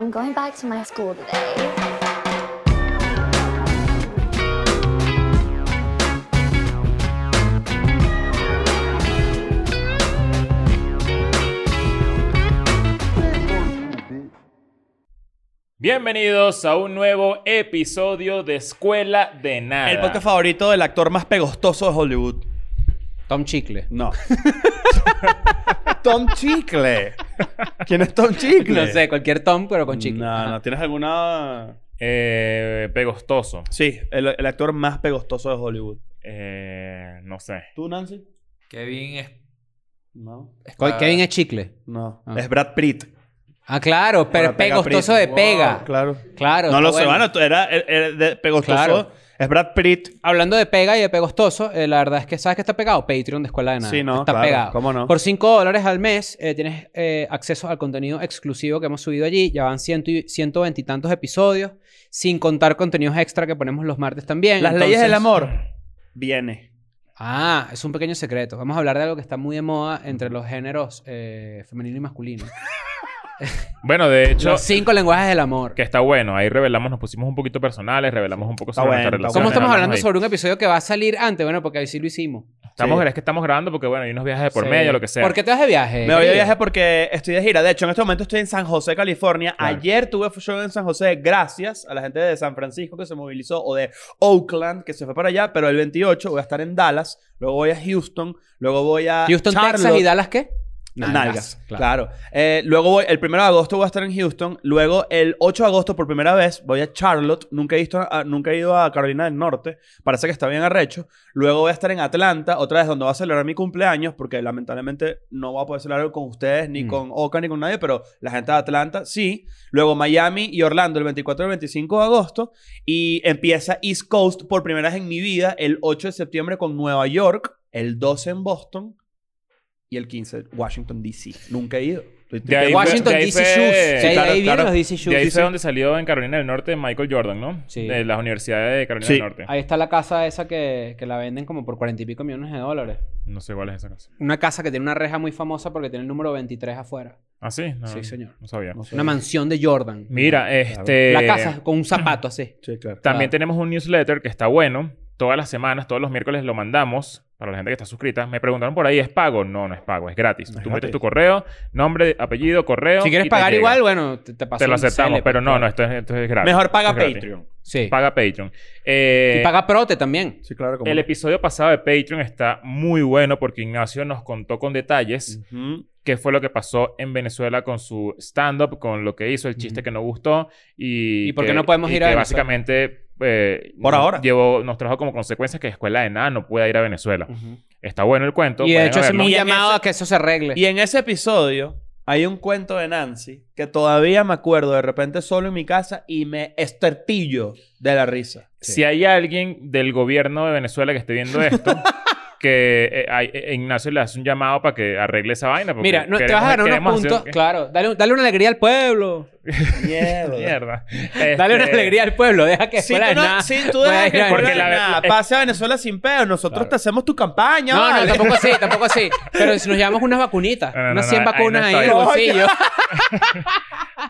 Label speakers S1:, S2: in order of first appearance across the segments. S1: I'm going back to my school today.
S2: Bienvenidos a un nuevo episodio de Escuela de Nada.
S3: El podcast favorito del actor más pegostoso de Hollywood.
S4: Tom Chicle.
S3: No. Tom Chicle. ¿Quién es Tom Chicle?
S4: No sé, cualquier Tom, pero con chicle.
S3: Mm, No, no. ¿Tienes alguna...?
S2: Eh, pegostoso.
S3: Sí, el, el actor más pegostoso de Hollywood.
S2: Eh, no sé.
S3: ¿Tú, Nancy?
S5: Kevin es.
S3: No.
S4: Co- Kevin es chicle.
S3: No.
S4: Ah.
S3: Es Brad Pitt.
S4: Ah, claro, pero
S3: Ahora pega
S4: pegostoso
S3: Prito.
S4: de pega.
S3: Claro.
S4: Claro.
S3: No
S4: está
S3: lo sé,
S4: bueno.
S3: bueno, tú era, era de pegostoso.
S4: Claro.
S3: Es Brad Pitt.
S4: Hablando de pega y de pegostoso, eh, la verdad es que ¿sabes que está pegado? Patreon de Escuela de Nada.
S3: Sí, no,
S4: Está
S3: claro,
S4: pegado.
S3: cómo no.
S4: Por 5 dólares al mes eh, tienes eh, acceso al contenido exclusivo que hemos subido allí. Ya van ciento y, 120 y tantos episodios, sin contar contenidos extra que ponemos los martes también.
S3: Las leyes
S4: Entonces-
S3: del amor. Viene.
S4: Ah, es un pequeño secreto. Vamos a hablar de algo que está muy de moda entre los géneros eh, femenino y masculino.
S2: Bueno, de hecho,
S4: los cinco lenguajes del amor.
S2: que está bueno. Ahí revelamos, nos pusimos un poquito personales, revelamos un poco
S3: Está
S2: sobre
S3: bueno,
S2: nuestra
S3: está
S2: relación.
S4: ¿Cómo estamos hablando
S2: ahí.
S4: sobre un episodio que va a salir antes? Bueno, porque ahí sí lo hicimos.
S2: Estamos,
S3: Sí.
S2: Es que estamos grabando porque, bueno, hay unos viajes de por
S4: Sí.
S2: medio, lo que sea.
S4: ¿Por qué te vas de viaje?
S3: Me voy de
S4: querido?
S3: viaje porque estoy de gira. De hecho, en este momento estoy en San José, California.
S2: Claro.
S3: Ayer tuve show en San José gracias a la gente de San Francisco que se movilizó o de Oakland que se fue para allá. Pero el 28 voy a estar en Dallas, luego voy a Houston, luego voy a
S4: Houston,
S3: Charlotte.
S4: Texas y Dallas, ¿qué?
S3: Nalgas,
S4: claro.
S3: claro. Eh, luego voy, el 1 de agosto voy a estar en Houston. Luego el 8 de agosto por primera vez voy a Charlotte. Nunca he, visto a- nunca he ido a Carolina del Norte. Parece que está bien arrecho. Luego voy a estar en Atlanta, otra vez donde voy a celebrar mi cumpleaños, porque lamentablemente no voy a poder celebrar con ustedes, ni
S2: Mm.
S3: con Oka, ni con nadie, pero la gente de Atlanta sí. Luego Miami y Orlando el 24 y el 25 de agosto. Y empieza East Coast por primera vez en mi vida el 8 de septiembre con Nueva York, el 12 en Boston y el 15 Washington DC. Nunca he ido. Estoy
S2: De ahí
S3: triste.
S4: Washington
S2: de ahí
S4: DC
S2: fue-
S4: Shoes.
S2: Sí,
S4: De ahí-
S3: claro,
S4: de ahí vienen
S3: claro.
S4: los DC
S2: De
S4: Shoes.
S2: ahí
S4: Sí,
S2: fue
S4: sí.
S2: donde salió en Carolina del Norte Michael Jordan, ¿no?
S4: Sí.
S2: De las universidades de Carolina
S3: Sí.
S2: del Norte.
S4: Ahí está la casa esa que, que la venden como por cuarenta y pico millones de dólares.
S2: No sé cuál es esa casa.
S4: Una casa que tiene una reja muy famosa porque tiene el número 23 afuera.
S2: ¿Ah, sí? No,
S4: Sí, señor.
S2: No sabía.
S3: No sé.
S4: Una mansión de Jordan.
S2: Mira, este...
S4: La casa con un zapato así.
S3: Sí, claro.
S2: También
S4: Claro.
S2: tenemos un newsletter que está bueno. Todas las semanas, todos los miércoles lo mandamos para la gente que está suscrita. Me preguntaron por ahí, ¿es pago? No, no es pago, es gratis.
S3: No es
S2: Tú metes
S3: gratis.
S2: tu correo, nombre, apellido, correo.
S4: Si quieres
S2: y te
S4: pagar
S2: llega.
S4: igual, bueno, te, te paso
S2: te lo
S4: un
S2: aceptamos,
S4: cele,
S2: pero
S4: pues,
S2: no,
S4: claro.
S2: no, esto es, esto es gratis.
S3: Mejor paga
S2: Esto es gratis.
S3: Patreon.
S4: Sí.
S2: Paga Patreon. Eh,
S4: Y paga Prote también.
S3: Sí, claro. como
S2: el
S3: no.
S2: episodio pasado de Patreon está muy bueno porque Ignacio nos contó con detalles
S3: Ujú.
S2: qué fue lo que pasó en Venezuela con su stand-up, con lo que hizo, el chiste que no gustó y...
S4: ¿Y por qué
S2: que-
S4: no podemos
S2: y
S4: ir a
S2: que
S4: Venezuela?
S2: básicamente... eh,
S3: Por
S2: nos
S3: ahora.
S2: Llevó, nos trajo como consecuencia que Escuela de Nada no pueda ir a Venezuela. Está bueno el cuento.
S4: Y de
S2: vayan
S4: hecho
S2: a
S4: hacemos un
S2: verlo.
S3: Y en
S4: llamado
S3: ese-
S4: a que eso se arregle.
S3: Y en ese episodio hay un cuento de Nancy que todavía me acuerdo de repente solo en mi casa y me estertillo de la risa.
S2: Si hay alguien del gobierno de Venezuela que esté viendo esto... Que eh, hay- eh, Ignacio le hace un llamado para que arregle esa vaina. porque
S4: Mira, no, te
S2: queremos-
S4: vas a ganar
S2: queremos
S4: unos
S2: hacer-
S4: puntos.
S2: ¿qué?
S4: Claro, dale, un- dale una alegría al pueblo.
S3: Mierda.
S2: Mierda.
S4: Dale una
S2: Este,
S4: alegría al pueblo. Deja que
S3: Si
S4: fuera
S3: tú,
S4: de
S3: no,
S4: nada.
S3: si tú
S4: pueda
S3: dejas
S4: ir
S3: que
S4: a
S3: fuera de
S2: la-
S3: nada,
S2: eh,
S3: pase a Venezuela sin pedo, nosotros
S2: Claro.
S3: te hacemos tu campaña.
S4: No, no,
S3: vale.
S4: tampoco así, tampoco así. Pero si nos llevamos unas vacunitas,
S2: No, no,
S4: unas
S2: no,
S4: 100
S2: ahí no
S4: vacunas ahí, en el
S3: estoy.
S4: bolsillo.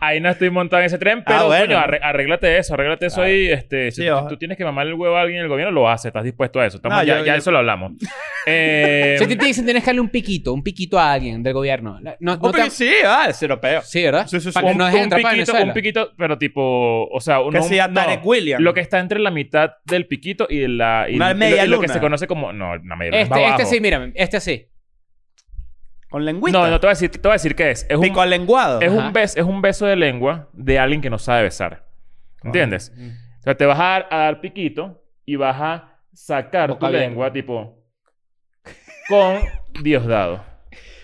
S2: Ahí no estoy montado en ese tren, pero
S3: Ah, bueno. Ah.
S2: coño, arre- arréglate eso, arréglate eso ahí. Este, si
S3: Sí,
S2: tú-
S3: ojalá.
S2: tú tienes que mamar el huevo a alguien en el gobierno, lo haces, estás dispuesto a eso. Estamos-
S3: No,
S2: ya,
S3: yo-
S2: ya
S3: yo-
S2: eso lo hablamos. Eh,
S4: Si a ti te dicen tienes que darle un piquito, un piquito a alguien del gobierno. La- No, no
S3: Un
S4: te-
S3: piqui- Sí, vale, cero peo.
S4: Sí, ¿verdad?
S3: Sí, sí, sí.
S4: Para que
S2: un,
S4: no dejes
S2: un
S4: entrar para
S2: piquito,
S4: Venezuela.
S2: un piquito, pero tipo, o sea, un,
S3: Que sea
S2: no,
S3: Tarek Williams.
S2: Lo que está entre la mitad del piquito y la y,
S3: Una
S2: y lo-
S3: media
S2: y lo que
S3: luna.
S2: se conoce como no, una media luna.
S4: Este,
S2: va
S4: este
S2: abajo.
S4: sí, mírame, este sí.
S3: Con lengüita.
S2: No, no te voy a decir, te voy a decir qué es. Es un,
S3: Pico alenguado.
S2: es un
S4: Ajá.
S2: beso, es un beso de lengua de alguien que no sabe besar.
S4: Ah,
S2: ¿Entiendes? O sea, te vas a dar, a dar piquito y vas a sacar
S4: Boca
S2: tu
S4: abierta.
S2: lengua, tipo, con Diosdado.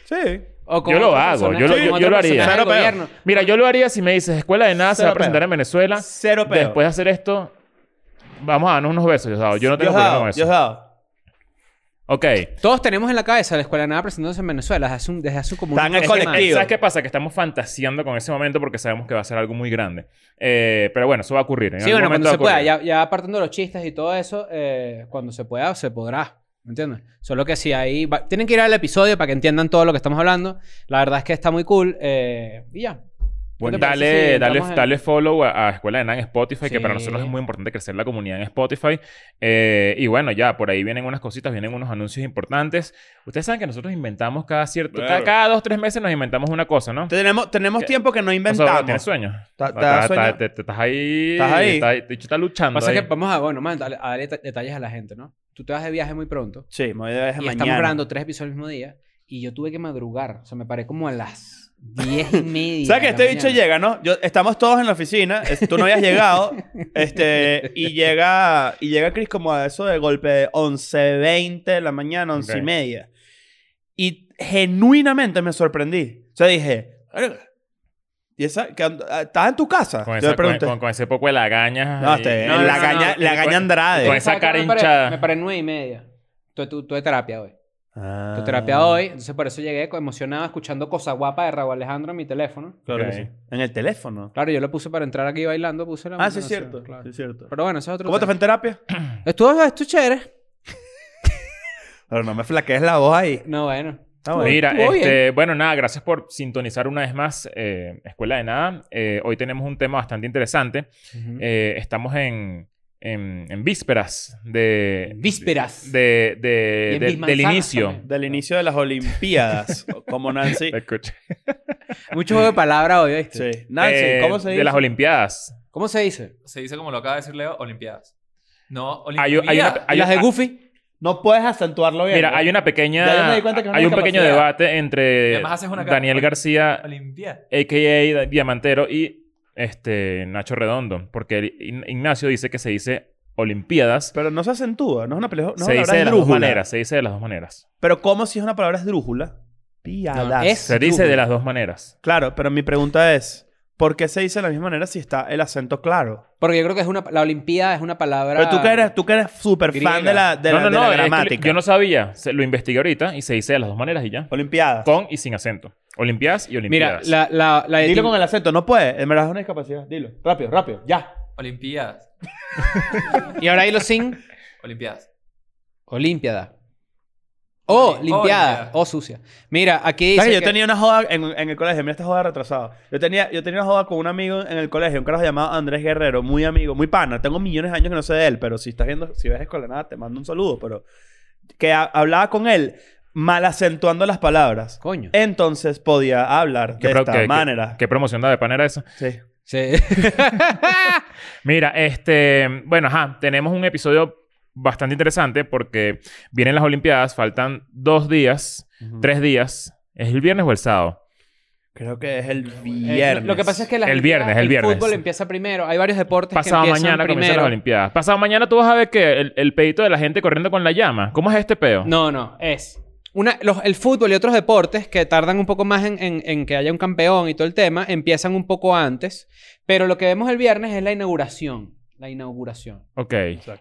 S3: Sí.
S4: O con
S2: Yo lo
S4: otro
S2: hago,
S4: personaje-
S2: yo lo-
S4: con
S2: yo- yo
S4: otro
S2: lo haría.
S4: personaje del
S3: Claro, pero-
S4: gobierno.
S2: Mira, yo lo haría si me dices, Escuela de Nada se va a
S3: Cero peo.
S2: presentar en Venezuela.
S3: Cero peo.
S2: Después de hacer esto, vamos a darnos unos besos, Diosdado. Yo no tengo problema con eso.
S3: Diosdado.
S2: Ok.
S4: Todos tenemos en la cabeza la escuela de nada presentándose en Venezuela desde hace, un, desde hace como
S3: Están
S4: unos
S3: en el
S4: meses
S3: colectivo.
S2: ¿Sabes qué pasa? Que estamos fantaseando con ese momento porque sabemos que va a ser algo muy grande. Eh, pero bueno, eso va a ocurrir. en
S4: más. Sí,
S2: algún
S4: bueno,
S2: momento
S4: cuando
S2: va a
S4: se pueda.
S2: ocurrir.
S4: Ya, ya apartando los chistes y todo eso, eh, cuando se pueda, se podrá. ¿Me entiendes? Solo que si ahí... va- Tienen que ir al episodio para que entiendan todo lo que estamos hablando. La verdad es que está muy cool. eh, y ya. Bueno. ¿Te parece si
S2: Dale, dale,
S4: entramos en-
S2: dale follow a, a Escuela de Nada en Spotify, que para
S4: Sí.
S2: nosotros es muy importante crecer la comunidad en Spotify. Eh, y bueno, ya por ahí vienen unas cositas, vienen unos anuncios importantes. Ustedes saben que nosotros inventamos cada cierto,
S3: Claro.
S2: cada, cada dos, tres meses nos inventamos una cosa, ¿no?
S3: Tenemos, tenemos
S2: ¿Qué?
S3: tiempo que no
S2: O sea,
S3: inventamos.
S2: tienes sueño.
S3: Ta- ta-
S2: Ta- ta-
S3: sueño.
S2: te- te- Estás ahí.
S3: Estás ahí.
S2: Estás, de hecho, estás luchando.
S4: Pasa
S2: ahí.
S4: que vamos a, bueno, vamos a darle- a darle ta- detalles a la gente, ¿no? Tú te vas de viaje muy pronto.
S3: sí, me voy de viaje
S4: Y estamos
S3: mañana.
S4: grabando tres episodios el mismo día. Y yo tuve que madrugar. O sea, me paré como a las diez y media.
S3: ¿Sabes que
S4: de la
S3: este bicho
S4: mañana.
S3: llega, no? Yo, estamos todos en la oficina, es- tú no habías llegado, este, y llega, y llega Chris como a eso de golpe de 11.20 de la mañana, 11 y
S2: Ok.
S3: media. Y genuinamente me sorprendí. O sea, dije, "Verga". ¿y esa? que and- ah, ¿Estás en tu casa?
S2: Con,
S3: Yo le
S2: esa, con,
S3: pregunté.
S2: con- con ese poco de lagañas.
S3: No,
S2: ahí.
S3: este,
S2: No, no,
S3: la
S2: no,
S3: gaña,
S2: no. pues,
S3: la
S2: Y-
S3: gaña Andrade.
S2: con esa
S4: ¿Sabes qué?
S2: cara
S4: me paré-
S2: hinchada.
S4: Me paré nueve y media. Tuve, tu- tuve terapia hoy.
S3: Ah.
S4: Tuve terapia hoy. Entonces por eso llegué co- emocionado escuchando Cosa Guapa de Raúl Alejandro en mi teléfono.
S3: Claro que
S2: Ok.
S3: sí. En el teléfono.
S4: Claro, yo lo puse para entrar aquí bailando. Puse la
S3: Ah, sí, es
S4: música, no sé,
S3: cierto.
S4: claro.
S3: Sí, es cierto.
S4: Pero bueno, eso es otro
S3: ¿Cómo te fue
S4: tema.
S3: en terapia?
S4: Estuvo, estuvo chévere.
S3: Pero no me flaquees la voz ahí.
S4: No, bueno.
S3: Ah, bueno.
S2: Mira,
S4: Estuvo bien.
S2: este, bueno, nada, gracias por sintonizar una vez más eh, Escuela de Nada. Eh, hoy tenemos un tema bastante interesante.
S4: Ujú.
S2: Eh, estamos en, en, en vísperas de...
S4: Vísperas.
S2: De, de-
S4: Y en
S2: de-
S4: mis
S2: del
S4: manzanas
S2: inicio.
S4: también.
S3: Del inicio de las Olimpiadas, como Nancy.
S2: Escucha.
S4: Mucho juego de palabras hoy, ¿oíste?
S3: Sí. Nancy,
S2: Eh,
S3: ¿cómo se dice?
S2: De las Olimpiadas.
S4: ¿Cómo se dice?
S5: Se dice como lo acaba de decir Leo, Olimpiadas. No,
S2: Hay- hay una-
S5: Olimpiadas.
S2: hay-
S4: ¿Las de Goofy?
S3: No puedes acentuarlo bien.
S2: Mira, hay una
S3: Ya yo
S2: pequeña...
S3: me di cuenta que es una
S2: hay un pequeño
S3: capacidad.
S2: debate entre
S5: Además haces una cara.
S2: Daniel García
S5: Olimpiadas.
S2: a.k.a. Diamantero y este, Nacho Redondo. Porque el- In- Ignacio dice que se dice Olimpiadas.
S3: Pero no se acentúa, no es una pelea. No es
S2: se
S3: una
S2: dice
S3: palabra
S2: de las dos
S3: esdrújula.
S2: maneras. Se dice de las dos maneras.
S3: Pero ¿cómo si es una palabra esdrújula? Piadas.
S4: No, es-
S2: Se dice de las dos maneras.
S3: Claro, pero mi pregunta es: ¿por qué se dice de la misma manera si está el acento claro?
S4: Porque yo creo que es una... La Olimpiada es una palabra...
S3: Pero tú que eres, tú que eres súper fan
S4: Griega.
S3: de la, de la,
S2: no, no,
S3: de la
S2: no. es que
S3: gramática.
S2: yo no sabía. Se- lo investigué ahorita y se dice de las dos maneras y ya.
S3: Olimpiadas.
S2: Con y sin acento. Olimpiadas y
S4: Mira,
S2: Olimpiadas.
S4: la... la, la de
S3: Dilo
S4: Tim-
S3: con el acento, no puede. En verdad es una discapacidad. Dilo. Rápido, rápido. Ya.
S5: Olimpiadas.
S4: Y ahora hilo sin...
S5: Olimpiadas.
S4: Olimpiada. O
S5: Oli-
S4: limpiada.
S5: Olimpiada.
S4: O sucia. Mira, aquí dice
S3: ¿Sabes que yo
S4: que-
S3: tenía una joda en, en el colegio? Mira esta joda retrasada. Yo tenía, yo tenía una joda con un amigo en el colegio, un carajo llamado Andrés Guerrero, muy amigo, muy pana. Tengo millones de años que no sé de él, pero si estás viendo, si ves Escuela de Nada, te mando un saludo, pero... Que ha- hablaba con él mal acentuando las palabras.
S4: Coño.
S3: Entonces podía hablar
S2: Qué
S3: de
S2: pro-
S3: esta
S2: qué- qué-
S3: manera.
S2: Qué promoción da de panera eso.
S3: Sí.
S4: Sí.
S2: Mira, este, bueno, ajá, tenemos un episodio bastante interesante porque vienen las Olimpiadas, faltan dos días, tres días. ¿Es el viernes o el sábado?
S3: Creo que es el
S4: Eh,
S3: viernes.
S4: Lo que pasa es que las
S2: El viernes, el
S4: Olimpiadas,
S2: viernes.
S4: fútbol empieza primero. Hay varios deportes
S2: Pasado
S4: que empiezan
S2: mañana comienzan las
S4: primero.
S2: Olimpiadas. Pasado mañana tú vas a ver que el, el pedito de la gente corriendo con la llama. ¿Cómo es este peo?
S4: No, no, es. Una, los- el fútbol y otros deportes que tardan un poco más en, en- en que haya un campeón y todo el tema, empiezan un poco antes, pero lo que vemos el viernes es la inauguración. La inauguración.
S2: Ok.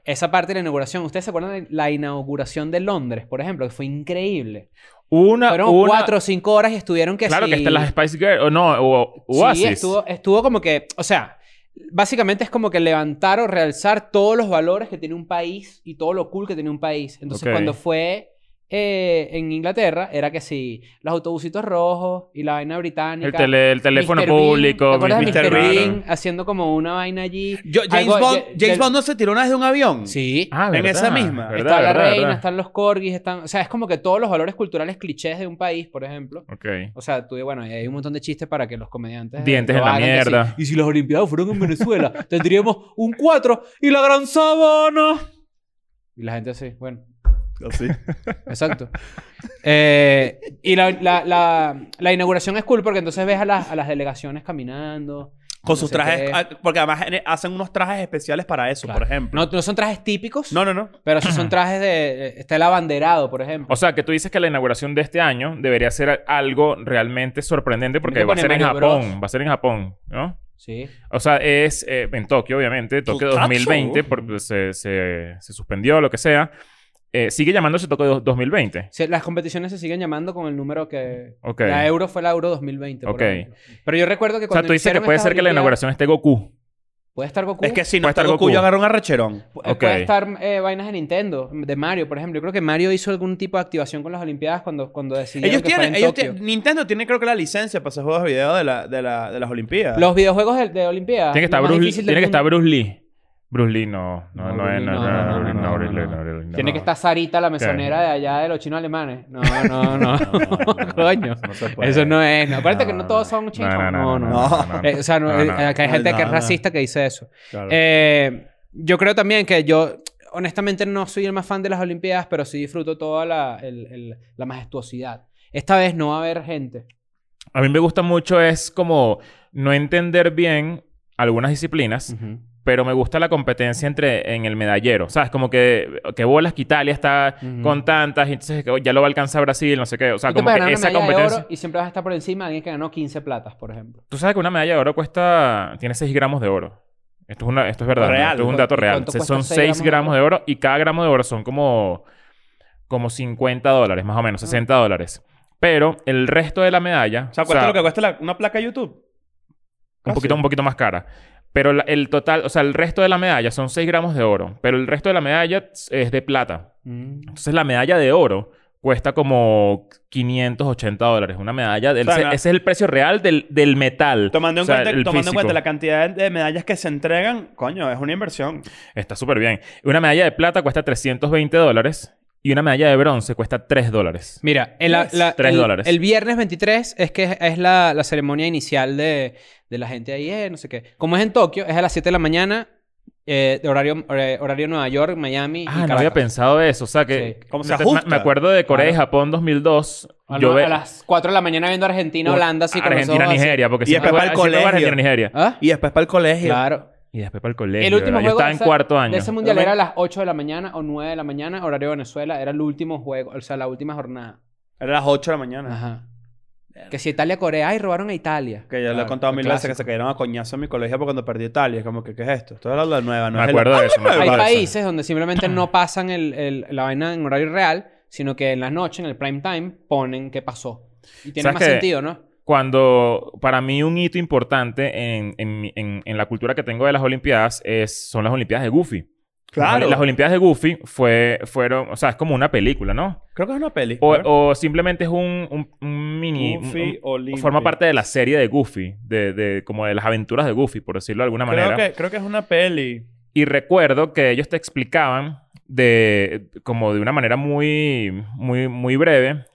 S4: Esa parte de la inauguración. ¿Ustedes se acuerdan de la inauguración de Londres, por ejemplo? Que fue increíble.
S2: Una,
S4: Fueron
S2: Ah, una-
S4: cuatro o cinco horas y estuvieron que
S2: Claro
S4: sí-
S2: que están las Spice Girls. O no, o Oasis.
S4: Sí, estuvo, estuvo como que, o sea, básicamente es como que levantar o realzar todos los valores que tiene un país y todo lo cool que tiene un país. Entonces,
S2: Ok.
S4: cuando fue eh, en Inglaterra, era que sí, los autobusitos rojos y la vaina británica.
S2: el, tele- el teléfono
S4: Mr. Bean,
S2: público.
S4: ¿Te acuerdas de
S2: Mr.
S4: Mr.
S2: Claro.
S4: Bean haciendo como una vaina allí?
S3: Yo- James,
S4: Algo-
S3: Bond,
S4: de-
S3: James
S4: del-
S3: Bond no se tiró una vez de un avión.
S4: Sí.
S2: Ah,
S3: En
S2: verdad,
S3: esa misma.
S2: verdad,
S4: está la
S2: verdad,
S4: reina,
S2: verdad.
S4: están los corgis, están... O sea, es como que todos los valores culturales clichés de un país, por ejemplo.
S2: Ok.
S4: O sea, tú, bueno, hay un montón de chistes para que los comediantes. eh,
S2: Dientes
S4: lo
S2: en la
S4: hagan, que sí.
S2: mierda.
S4: Y si las Olimpiadas fueron en Venezuela, tendríamos un 4 y la gran sabana. Y la gente así, bueno,
S3: Así.
S4: exacto. Eh, y la, la- la- la inauguración es cool porque entonces ves a las, a las delegaciones caminando.
S3: Con sus
S4: No sé
S3: trajes,
S4: qué.
S3: ah, porque además en- hacen unos trajes especiales para eso,
S4: Claro.
S3: por ejemplo.
S4: No, no son trajes típicos,
S3: No, no, no.
S4: pero sí son trajes de. eh, Está el abanderado, por ejemplo.
S2: O sea, que tú dices que la inauguración de este año debería ser algo realmente sorprendente porque
S4: Tiene que
S2: va a ser en
S4: poner Mario
S2: Japón.
S4: Bros.
S2: Va a ser en Japón, ¿no?
S4: Sí.
S2: O sea, es eh, en Tokio, obviamente. Tokio
S3: Totazo.
S2: 2020 porque se, se, se suspendió, lo que sea. Eh, sigue llamándose Tokio do- 2020.
S4: Se- Las competiciones se siguen llamando con el número que.
S2: Ok.
S4: La Euro fue la Euro 2020. por
S2: Ok.
S4: ejemplo. Pero yo recuerdo que
S2: O sea,
S4: cuando.
S2: tú dices que
S4: hicieron
S2: puede
S4: estas
S2: ser que la
S4: Olimpiadas-
S2: inauguración esté Goku.
S4: Puede estar Goku.
S3: Es que si no
S2: Puede
S3: está
S2: estar
S3: Goku,
S2: Goku.
S3: yo agarro un arrecherón.
S4: Pu- eh,
S2: Ok.
S4: Puede estar eh, vainas de Nintendo, de Mario, por ejemplo. Yo creo que Mario hizo algún tipo de activación con las Olimpiadas cuando, cuando decidieron
S3: Ellos
S4: que fuera
S3: tienen,
S4: en
S3: ellos
S4: Tokio.
S3: tienen- Nintendo tiene creo que la licencia para hacer juegos de video de, la, de, la, de las Olimpiadas.
S4: Los videojuegos de, de Olimpiadas.
S2: Tiene que estar
S4: lo más
S2: Bruce,
S4: difícil del
S2: tiene que estar
S4: mundo.
S2: Bruce Lee. Bruce Lee no, no,
S4: No,
S2: no,
S4: Bruce
S2: es-
S4: Lee,
S2: no,
S4: no,
S2: no,
S4: no,
S2: no,
S4: no,
S2: no,
S4: no,
S2: Bruce Lee,
S4: no,
S2: no, Bruce Lee, no.
S4: Tiene que estar Sarita, la mesonera de allá de los chinos alemanes. No, no, no. no, coño.
S3: No se puede.
S4: Eso no es. No, acuérdate que no todos son chinos.
S2: No, no, no, no,
S3: no,
S2: no,
S3: no,
S2: no.
S4: Eh, o sea, no,
S2: No,
S4: eh,
S2: no.
S4: acá hay
S3: No,
S4: gente que es
S3: no, no.
S4: racista que dice eso.
S3: Claro.
S4: Eh, yo creo también que yo, honestamente, no soy el más fan de las Olimpiadas, pero sí disfruto toda la, el- el- la majestuosidad. Esta vez no va a haber gente.
S2: A mí me gusta mucho es como no entender bien algunas disciplinas, pero me gusta la competencia entre en el medallero, ¿sabes? Como que que bolas que Italia está
S4: Ujú.
S2: con tantas, y entonces que ya lo va a alcanzar Brasil, no sé qué, o sea,
S4: Tú te
S2: como
S4: puedes ganar
S2: que
S4: una
S2: esa
S4: medalla de
S2: competencia.
S4: oro y siempre vas a estar por encima de alguien que ganó 15 platas, por ejemplo.
S2: Tú sabes que una medalla de oro cuesta tiene 6 gramos de oro. Esto es, una, esto es verdad, ¿no?
S3: Real.
S2: esto es un dato
S4: ¿Y
S2: real.
S4: cuánto
S2: Se-
S4: cuesta
S2: Son
S4: seis
S2: 6
S4: gramos
S2: gramos
S4: de
S2: de oro y cada gramo de oro son como, como 50 dólares, más o
S4: Ah.
S2: menos, 60 dólares. Pero el resto de la medalla,
S3: O sea,
S2: o
S3: cuesta
S2: sea,
S3: lo que cuesta la- una placa YouTube.
S2: un,
S3: Casi.
S2: poquito, un poquito más cara. Pero la- el total, o sea, el resto de la medalla son 6 gramos de oro, pero el resto de la medalla es de plata. Entonces la medalla de oro cuesta como 580 dólares. Una medalla, del-
S3: O sea,
S2: ese,
S3: no-
S2: ese es el precio real del, del metal.
S3: Tomando, en,
S2: O sea,
S3: cuenta,
S2: el
S3: tomando en
S2: físico.
S3: cuenta la cantidad de medallas que se entregan, coño, es una inversión.
S2: Está súper bien. Una medalla de plata cuesta 320 dólares y una medalla de bronce cuesta 3 dólares.
S4: Mira, el, la- la-
S2: Tres
S4: el-
S2: dólares.
S4: el viernes 23 es que es, es la, la ceremonia inicial de, de la gente ahí, eh, no sé qué. Como es en Tokio, es a las 7 de la mañana, eh, de horario, eh, horario Nueva York, Miami. y
S2: Ah, no
S4: Caracas.
S2: había pensado eso. O sea que...
S4: Sí.
S3: ¿Cómo se
S2: me- me-
S3: ajusta?
S2: Me acuerdo de Corea y Japón 2002.
S4: A,
S2: yo
S4: Ah, no-
S2: ve-
S4: a las 4 de la mañana viendo Argentina,
S2: Uy,
S4: Holanda, así con los
S2: Argentina,
S4: ojos así.
S2: Nigeria. Porque
S3: Y
S2: siempre
S3: después
S2: fue-
S3: pa'l
S2: siempre fue
S3: colegio.
S2: Argentina, Nigeria.
S4: ¿Ah?
S3: Y después para el colegio.
S4: Claro.
S2: Y después para el colegio.
S4: El último
S2: ¿verdad? Yo
S4: juego
S2: estaba
S4: de
S2: en
S4: esa-
S2: cuarto año.
S4: de ese mundial era a las 8 de la mañana o 9 de la mañana, horario Venezuela. Era el último juego, o sea, la última jornada.
S3: Era las 8 de la mañana.
S4: Ajá. Que si Italia-Corea, ay, robaron a Italia.
S3: Que yo le he
S4: Claro,
S3: contado
S4: el
S3: mil veces que se
S4: clásico.
S3: cayeron a coñazo en mi colegio porque cuando perdí Italia. Es como que, ¿qué es esto? Esto era la nueva, no
S2: Me
S3: es el-
S2: acuerdo de eso. me
S4: Hay
S2: acuerdo de eso.
S4: países donde simplemente no pasan el- el- la vaina en horario real, sino que en la noche, en el prime time, ponen qué pasó. Y tiene
S2: ¿Sabes
S4: más
S2: qué?
S4: sentido, ¿no?
S2: Cuando, para mí, un hito importante en, en, mi- en- en la cultura que tengo de las Olimpiadas es, son las Olimpiadas de Goofy.
S3: Claro.
S2: Las Olimpiadas de Goofy fue, fueron, o sea, es como una película, ¿no?
S3: Creo que es una peli.
S2: O,
S3: ¿verdad?
S2: o simplemente es un, un- un mini. un-
S3: Goofy
S2: un-
S3: Olympic.
S2: forma parte de la serie de Goofy, de, de- como de las aventuras de Goofy, por decirlo de alguna manera.
S3: Creo que, creo que es una peli.
S2: Y recuerdo que ellos te explicaban de como de una manera muy muy muy breve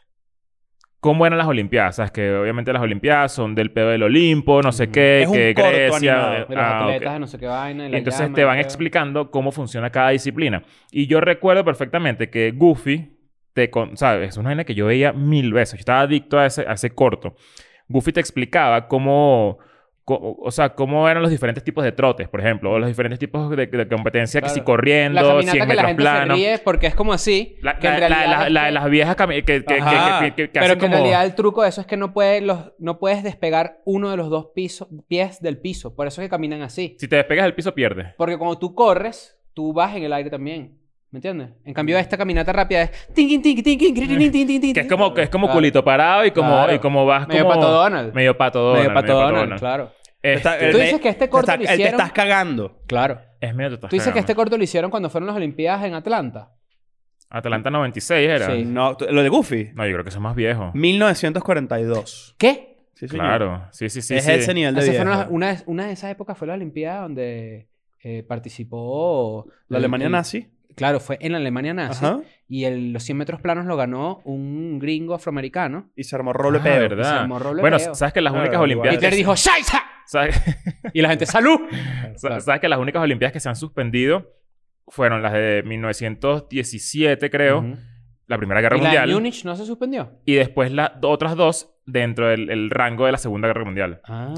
S2: cómo eran las olimpiadas, sabes que obviamente las olimpiadas son del pedo del Olimpo, no sé
S4: Ujú.
S2: qué,
S3: Es un
S2: que
S3: corto
S2: Grecia,
S3: animado
S2: eh,
S4: De los
S2: ah, ok.
S4: atletas, de no sé qué vaina. de
S2: Y
S4: la
S2: entonces
S4: llama,
S2: te van
S4: de-
S2: explicando cómo funciona cada disciplina. Y yo recuerdo perfectamente que Goofy, te con, ¿sabes? Es una vaina que yo veía mil veces. Yo estaba adicto a ese, a ese corto. Goofy te explicaba cómo, co- o sea, cómo eran los diferentes tipos de trotes, por ejemplo, o los diferentes tipos de, de competencia, que si
S4: Claro. La
S2: corriendo, 100
S4: caminata que la
S2: metros
S4: gente
S2: planos.
S4: se ríe porque es como así.
S2: La,
S4: que en
S2: la- la-
S4: realidad
S2: la-
S4: es
S2: la de
S4: que-
S2: las viejas cami- que, que, que,
S3: Ajá.
S2: que- que- que
S4: Pero
S2: hacen
S4: que en
S2: como-
S4: realidad el truco de eso es que no puedes, los, no puedes despegar uno de los dos pisos, pies del piso. Por eso es que caminan así.
S2: Si te despegas del piso, pierdes.
S4: Porque cuando tú corres, tú vas en el aire también. ¿Me entiendes? En cambio, esta caminata rápida es... tinkin, tinkin, tinkin, tinkin, tinkin, tinkin,
S2: Mm. Que es
S4: tinkin.
S2: como, que es como
S4: Claro.
S2: culito parado y como,
S4: Claro.
S2: y como vas como...
S4: Medio pato Donald.
S2: Medio pato Donald.
S4: Medio pato Donald, claro.
S2: Este-
S3: Está- el-
S4: Tú dices que este
S3: te
S4: corto
S3: está-
S4: lo
S3: el- Te
S4: hicieron-
S3: estás cagando.
S4: Claro.
S2: Es medio total.
S4: Tú dices que este corto lo hicieron cuando fueron las Olimpiadas en Atlanta.
S2: Atlanta 96 era.
S4: Sí.
S3: No, tú- lo de Goofy.
S2: No, yo creo que eso es más viejo.
S3: 1942.
S4: ¿Qué?
S3: Sí, señor.
S2: Claro. Sí, sí, sí.
S3: es
S2: sí.
S3: ese nivel de
S4: Esas
S3: viejo.
S4: fueron las- una, de- una de esas épocas fue la Olimpiada donde eh, participó...
S3: La
S4: el-
S3: Alemania
S4: el-
S3: nazi.
S4: Claro, fue en la Alemania nazi.
S3: Ajá.
S4: Y el- los 100 metros planos lo ganó un gringo afroamericano.
S3: Y se armó role
S2: Ah,
S3: pedo.
S2: ¿verdad?
S4: armó rollo
S2: Bueno,
S4: peo.
S2: sabes que las
S3: Claro,
S2: únicas
S3: igual.
S2: olimpiadas...
S4: Hitler dijo ¡Scheiße!
S2: ¿Sabes,
S4: Y la gente ¡Salud!
S2: sabes- sabes que las únicas olimpiadas que se han suspendido fueron las de 1917, creo.
S4: Ujú.
S2: La Primera Guerra
S4: ¿Y la de
S2: Mundial.
S4: Múnich no se suspendió?
S2: y después las otras dos dentro del el rango de la Segunda Guerra Mundial.
S4: Ah...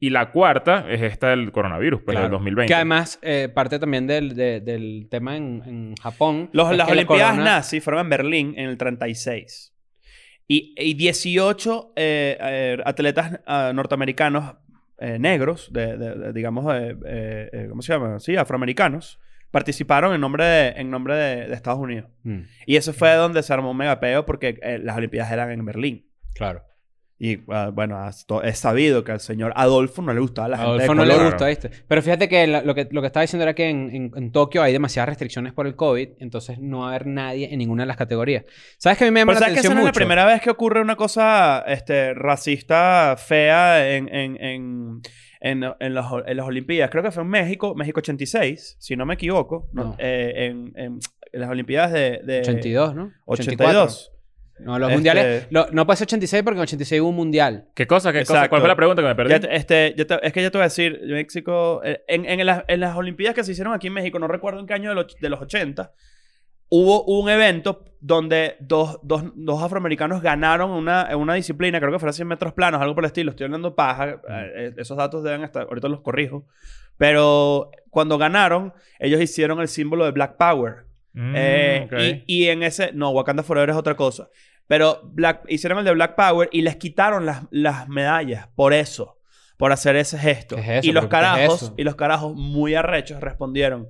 S2: Y la cuarta es esta del coronavirus, pues la del
S4: Claro.
S2: 2020.
S4: Que además, eh, parte también del, de- del tema en, en Japón.
S3: Los-
S4: es
S3: las
S4: que la
S3: Olimpiadas
S4: corona-
S3: nazi fueron en Berlín en el 36. Y, y 18 eh, eh, atletas ah, norteamericanos eh, negros, de, de- de- digamos, eh, eh, eh, ¿cómo se llama? Sí, afroamericanos, participaron en nombre de, en nombre de, de Estados Unidos.
S4: Mm,
S3: Y eso fue donde se armó un megapeo porque eh, las Olimpiadas eran en Berlín.
S4: claro.
S3: Y ah, bueno, has to- es sabido que al señor Adolfo no le gustaba la gente
S4: Adolfo
S3: de
S4: no le
S3: color.
S4: gusta, ¿viste? Pero fíjate que la- lo, que lo que estaba diciendo era que en, en- en Tokio hay demasiadas restricciones por el COVID, entonces no va a haber nadie en ninguna de las categorías. ¿Sabes que a mí me llama
S3: Pero
S4: la
S3: sabes que esa
S4: atención
S3: no es la
S4: mucho?
S3: primera vez que ocurre una cosa este, racista fea en, en, en, en, en las, en las Olimpiadas. Creo que fue en México, México 86, si no me equivoco. ¿no?
S4: No.
S3: Eh, en, en- en las Olimpiadas de, de
S4: 82, ¿no?
S3: 82.
S4: 84. No, los
S3: Este-
S4: mundiales... lo- no pasó 86 porque en 86 hubo un mundial.
S2: ¿Qué cosa? ¿Qué cosa?
S3: Exacto.
S2: ¿Cuál fue la pregunta que me perdí?
S3: Ya te- este, ya te- es que yo te voy a decir, México, eh, en, en las, en las Olimpiadas que se hicieron aquí en México, no recuerdo en qué año de los, de los 80, hubo un evento donde dos, dos, dos afroamericanos ganaron una, una disciplina, creo que fueron 100 metros planos, algo por el estilo, estoy hablando paja, eh, esos datos deben estar, ahorita los corrijo, pero cuando ganaron, ellos hicieron el símbolo de Black Power.
S2: Mm,
S3: Eh,
S2: ok.
S3: y, y en ese, no, Wakanda Forever es otra cosa. Pero Black, hicieron el de Black Power y les quitaron las, las medallas por eso, por hacer ese gesto.
S4: ¿Qué es eso?
S3: y los
S4: ¿Pero qué es
S3: carajos,
S4: eso?
S3: y los carajos muy arrechos respondieron,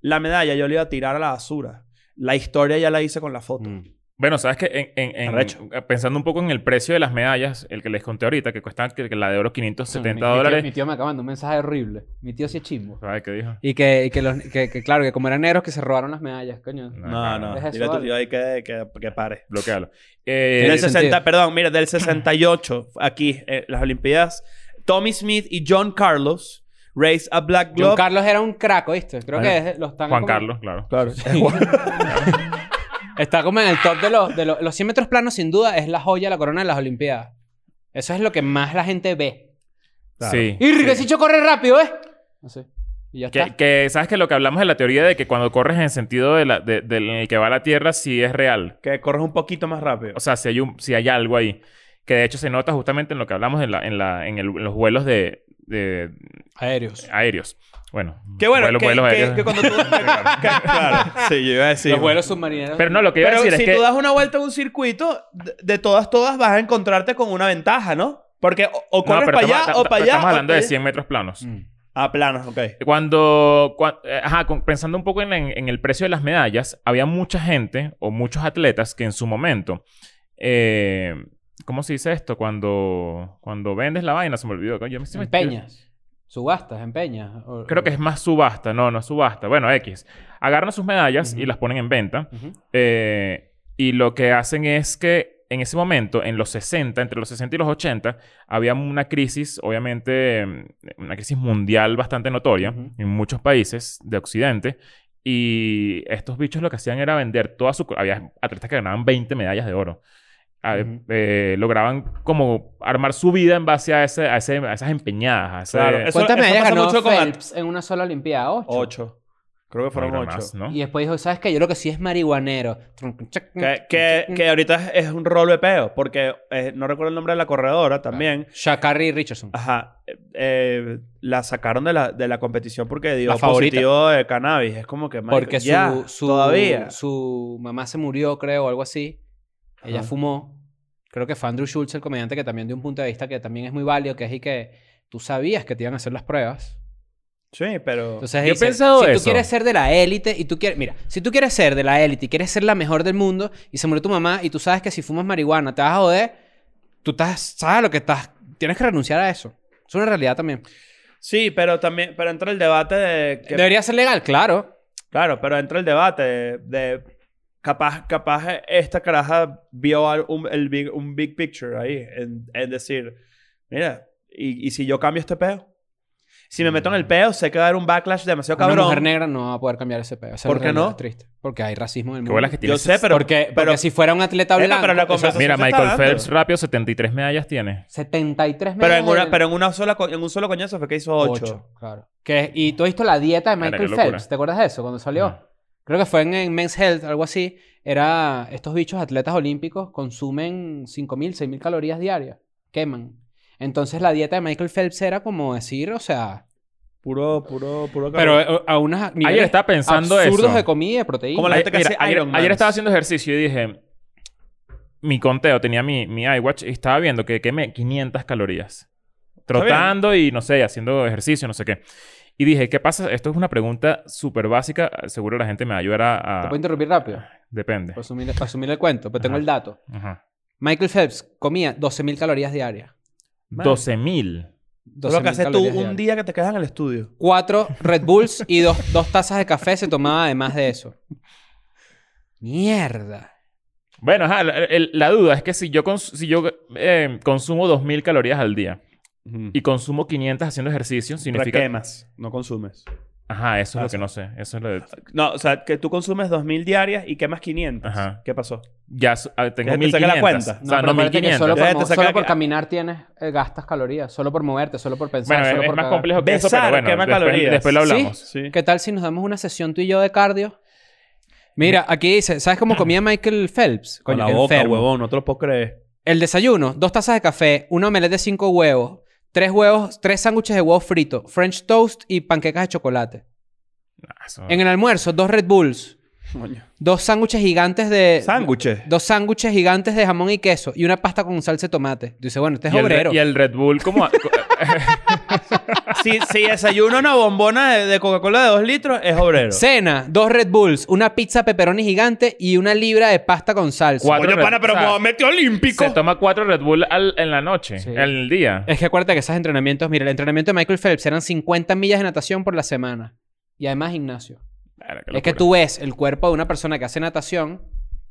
S3: la medalla yo le iba a tirar a la basura. La historia ya la hice con la foto.
S4: Mm.
S2: Bueno, sabes que en, en- en-
S3: Arrecho.
S2: pensando un poco en el precio de las medallas, el que les conté ahorita, que cuestan que, que la de oro 570
S3: Ah,
S4: Mi- mi tío-
S2: dólares.
S4: Mi tío me acabando un mensaje horrible. Mi tío sí es chimbo.
S2: Ay, ¿qué dijo?
S4: Y que, y que, los, que, que claro, que como eran negros que se robaron las medallas, coño.
S3: No, no,
S4: Es eso,
S3: dile a tu
S4: vale.
S3: tío ahí que, que, que pare.
S2: Bloquealo.
S3: Del
S2: Eh,
S4: Tienes- sentido.
S3: 60, perdón, mira, del 68, aquí, eh, las Olimpiadas, Tommy Smith y John Carlos raise a Black
S4: John
S3: Globe.
S4: Carlos era un crack, ¿viste? Creo
S3: Bueno.
S4: que es- lo están
S2: Juan
S4: como-
S2: Carlos, claro.
S3: Claro.
S4: Está como en el top de los, de los, los 100 metros planos, sin duda, es la joya, la corona de las Olimpiadas. Eso es lo que más la gente ve.
S3: Claro.
S2: Sí.
S4: Y Riquecicho corre rápido, ¿eh? Así. Y ya está.
S2: Que, que, sabes que lo que hablamos de la teoría de que cuando corres en el sentido de la, de- del- en el que va la tierra, sí es real.
S3: Que corres un poquito más rápido.
S2: O sea, si hay, un, si hay algo ahí. Que de hecho se nota justamente en lo que hablamos en, la, en, la, en, el- en los vuelos de, de
S4: Aéreos.
S2: aéreos. Bueno,
S3: Que bueno,
S2: vuelo-
S3: que,
S2: vuelos
S3: que-
S2: aéreos.
S3: que cuando tú... que- claro, sí, yo iba a decir.
S4: los vuelos submarineros.
S2: Pero no, lo que iba
S3: Pero
S2: a decir
S3: si
S2: es que...
S3: tú das una vuelta en un circuito, de, de todas, todas vas a encontrarte con una ventaja, ¿no? Porque o, o
S2: No,
S3: corres
S2: pero
S3: para allá
S2: estamos-
S3: o
S2: ta-
S3: para allá.
S2: Estamos
S3: o
S2: hablando
S3: pa'
S2: de
S3: allá.
S2: 100 metros planos.
S4: Mm.
S3: Ah, planos, ok.
S2: Cuando, cua- eh, ajá, con- pensando un poco en, en- en el precio de las medallas, había mucha gente o muchos atletas que en su momento, eh, ¿cómo se dice esto? Cuando, cuando vendes la vaina, se me olvidó. coño, Yo me, se me-
S4: Empeñas. Subastas, empeñas. O-
S2: Creo que es más subasta, no, no es subasta. Bueno, X. Agarran sus medallas y
S4: Ujú.
S2: las ponen en venta.
S4: Ujú.
S2: Eh, y lo que hacen es que en ese momento, en los 60, entre los 60 y los 80, había una crisis, obviamente, em, una crisis mundial bastante notoria
S4: Ujú.
S2: en muchos países de Occidente. Y estos bichos lo que hacían era vender toda su... co- Había atletas que ganaban 20 medallas de oro. A-
S4: Ujú.
S2: eh, lograban como armar su vida en base a, ese, a, ese- a esas empeñadas. A ese-
S3: Claro, eso-
S4: ¿Cuántas medallas
S3: pasa
S4: ganó
S3: mucho con
S4: Phelps en una sola Olimpiada? Ocho.
S3: Ocho. Creo que
S2: No,
S3: fueron
S2: era
S3: ocho.
S2: más, ¿no?
S4: Y después dijo, ¿sabes qué? Yo lo que sí es marihuanero.
S2: Mm,
S3: Que, que, que ahorita es es un rol de peo, porque eh, no recuerdo el nombre de la corredora también.
S4: Shakari Richardson.
S3: Ajá. Eh, eh, la sacaron de la, de la competición porque dio
S4: La favorita.
S3: positivo de cannabis. Es como que, marico,
S4: Porque su,
S3: ya,
S4: su,
S3: todavía.
S4: su mamá se murió, creo, o algo así. Ella
S3: Ajá.
S4: fumó. Creo que fue Andrew Schultz, el comediante, que también dio un punto de vista que también es muy válido, que es y que tú sabías que te iban a hacer las pruebas.
S3: Sí, pero...
S4: Entonces,
S2: Yo he
S4: dice,
S2: pensado
S4: si tú
S2: eso.
S4: quieres ser de la élite y tú quieres... Mira, si tú quieres ser de la élite y quieres ser la mejor del mundo y se murió tu mamá y tú sabes que si fumas marihuana te vas a joder, tú estás, sabes lo que estás... Tienes que renunciar a eso. Es una realidad también.
S3: Sí, pero también, pero entra el debate de que-
S4: ¿Debería ser legal? Claro.
S3: claro, pero entra el debate de, de capaz, capaz esta caraja vio al- un, el big, un big picture ahí, en, en decir, mira, y, y si yo cambio este peo, si me meto en el peo, sé que va a haber un backlash demasiado
S4: Mm. Una
S3: cabrón.
S4: mujer negra no va a poder cambiar ese pedo. Esa es
S3: ¿Por
S4: la
S3: qué
S4: realidad,
S3: no?
S4: es Triste. Porque hay racismo en el
S2: Qué
S4: mundo.
S2: bolas que
S3: yo
S2: tienes.
S3: sé, pero
S4: porque, porque
S3: pero,
S4: si fuera un atleta
S3: Epa,
S4: blanco...
S3: pero la
S4: o sea,
S3: conversación-
S2: Mira,
S3: se está
S2: Michael
S3: dando.
S2: Phelps rápido 73 medallas tiene.
S4: 73
S3: pero en
S4: medallas
S3: una,
S4: de-
S3: pero en una sola, co- en un solo coñazo fue que hizo ocho.
S4: Ocho, claro. Que, y tú has visto la dieta de
S2: Mira,
S4: Michael
S2: qué locura.
S4: Phelps. ¿Te acuerdas de eso cuando salió?
S2: No.
S4: Creo que fue en, en Men's Health, algo así. Era estos bichos atletas olímpicos consumen 5.000, 6.000 calorías diarias. Queman. Entonces la dieta de Michael Phelps era como decir, o sea...
S3: Puro, puro, puro.
S4: Pero eh, a unas
S2: Ayer
S4: niveles
S2: estaba pensando
S4: absurdos
S2: eso.
S4: de comida y de proteína.
S3: Como la gente que
S2: Mira,
S3: hace
S2: ayer,
S3: Iron
S2: ayer
S3: Mans.
S2: estaba haciendo ejercicio y dije... Mi conteo, tenía mi, mi iWatch y estaba viendo que quemé 500 calorías.
S3: bien.
S2: Trotando y, no sé, haciendo ejercicio, no sé qué. Y dije, ¿qué pasa? Esto es una pregunta súper básica. Seguro la gente me va a ayudar a...
S4: ¿Te
S2: a-
S3: Ah.
S4: puedo interrumpir rápido?
S2: Depende.
S4: Para asumir, para asumir el cuento, pues tengo
S2: Ajá.
S4: el dato.
S2: Ajá.
S4: Michael Phelps comía 12.000 calorías diarias.
S2: 12.000.
S3: Eso es lo que
S4: 12.000
S3: haces tú
S4: calorías diarias.
S3: un día que te quedas en el estudio.
S4: Cuatro Red Bulls y dos, dos tazas de café se tomaba además de eso. Mierda.
S2: Bueno, ajá, la, el- la duda es que si yo, cons- si yo eh, consumo 2.000 calorías al día y consumo 500 haciendo ejercicio, significa...
S3: Requemas, no consumes.
S2: Ajá, eso es lo
S3: Eso.
S2: que no sé. Eso es lo de...
S3: No, o sea, que tú consumes 2.000 diarias y quemas 500.
S2: Ajá.
S3: ¿Qué pasó?
S2: Ya s- ah, tengo
S3: Ya te
S2: 1.500.
S3: saqué la cuenta.
S2: O sea, no,
S4: pero acuérdate que
S2: 1.500.
S4: Solo
S3: Ya
S4: por,
S3: te
S4: mo-
S3: saca
S4: solo
S3: la-
S4: por caminar tienes, eh, gastas calorías. Solo por moverte, solo por pensar.
S2: Bueno,
S4: solo
S2: es,
S4: por
S2: es más
S4: cagar.
S2: complejo que eso,
S3: Besar
S2: pero bueno.
S3: quema
S2: después,
S3: calorías.
S2: después lo
S4: ¿Sí?
S2: hablamos.
S3: Sí.
S4: ¿Qué tal si nos damos una sesión tú y yo de cardio? Mira, aquí dice, ¿sabes cómo comía Michael Phelps?
S3: Con
S4: Coño,
S3: la
S4: qué
S3: boca,
S4: enfermo.
S3: huevón, no te lo puedo creer.
S4: El desayuno, dos tazas de café, una omelette de cinco huevos, tres huevos, tres sándwiches de huevo frito, french toast y panquecas de chocolate.
S2: Ah, eso-
S4: En el almuerzo, dos Red Bulls,
S3: Coño.
S4: dos sándwiches gigantes de...
S3: Sándwiches.
S4: Dos sándwiches gigantes de jamón y queso y una pasta con salsa de tomate. Dice, bueno, este es
S2: y el,
S4: obrero.
S2: Re- y el Red Bull como... a- co-
S3: si, si desayuno una bombona de, de Coca-Cola de 2 litros, es obrero.
S4: Cena, dos Red Bulls, una pizza pepperoni gigante y una libra de pasta con salsa.
S2: Cuatro Red- o sea,
S3: metió olímpico.
S2: Se toma cuatro Red Bull al- en la noche,
S4: Sí.
S2: en el día.
S4: Es que acuérdate que esos entrenamientos, mira, el entrenamiento de Michael Phelps eran 50 millas de natación por la semana. Y además gimnasio.
S2: Claro, qué
S4: Es que
S2: locura.
S4: tú ves el cuerpo de una persona que hace natación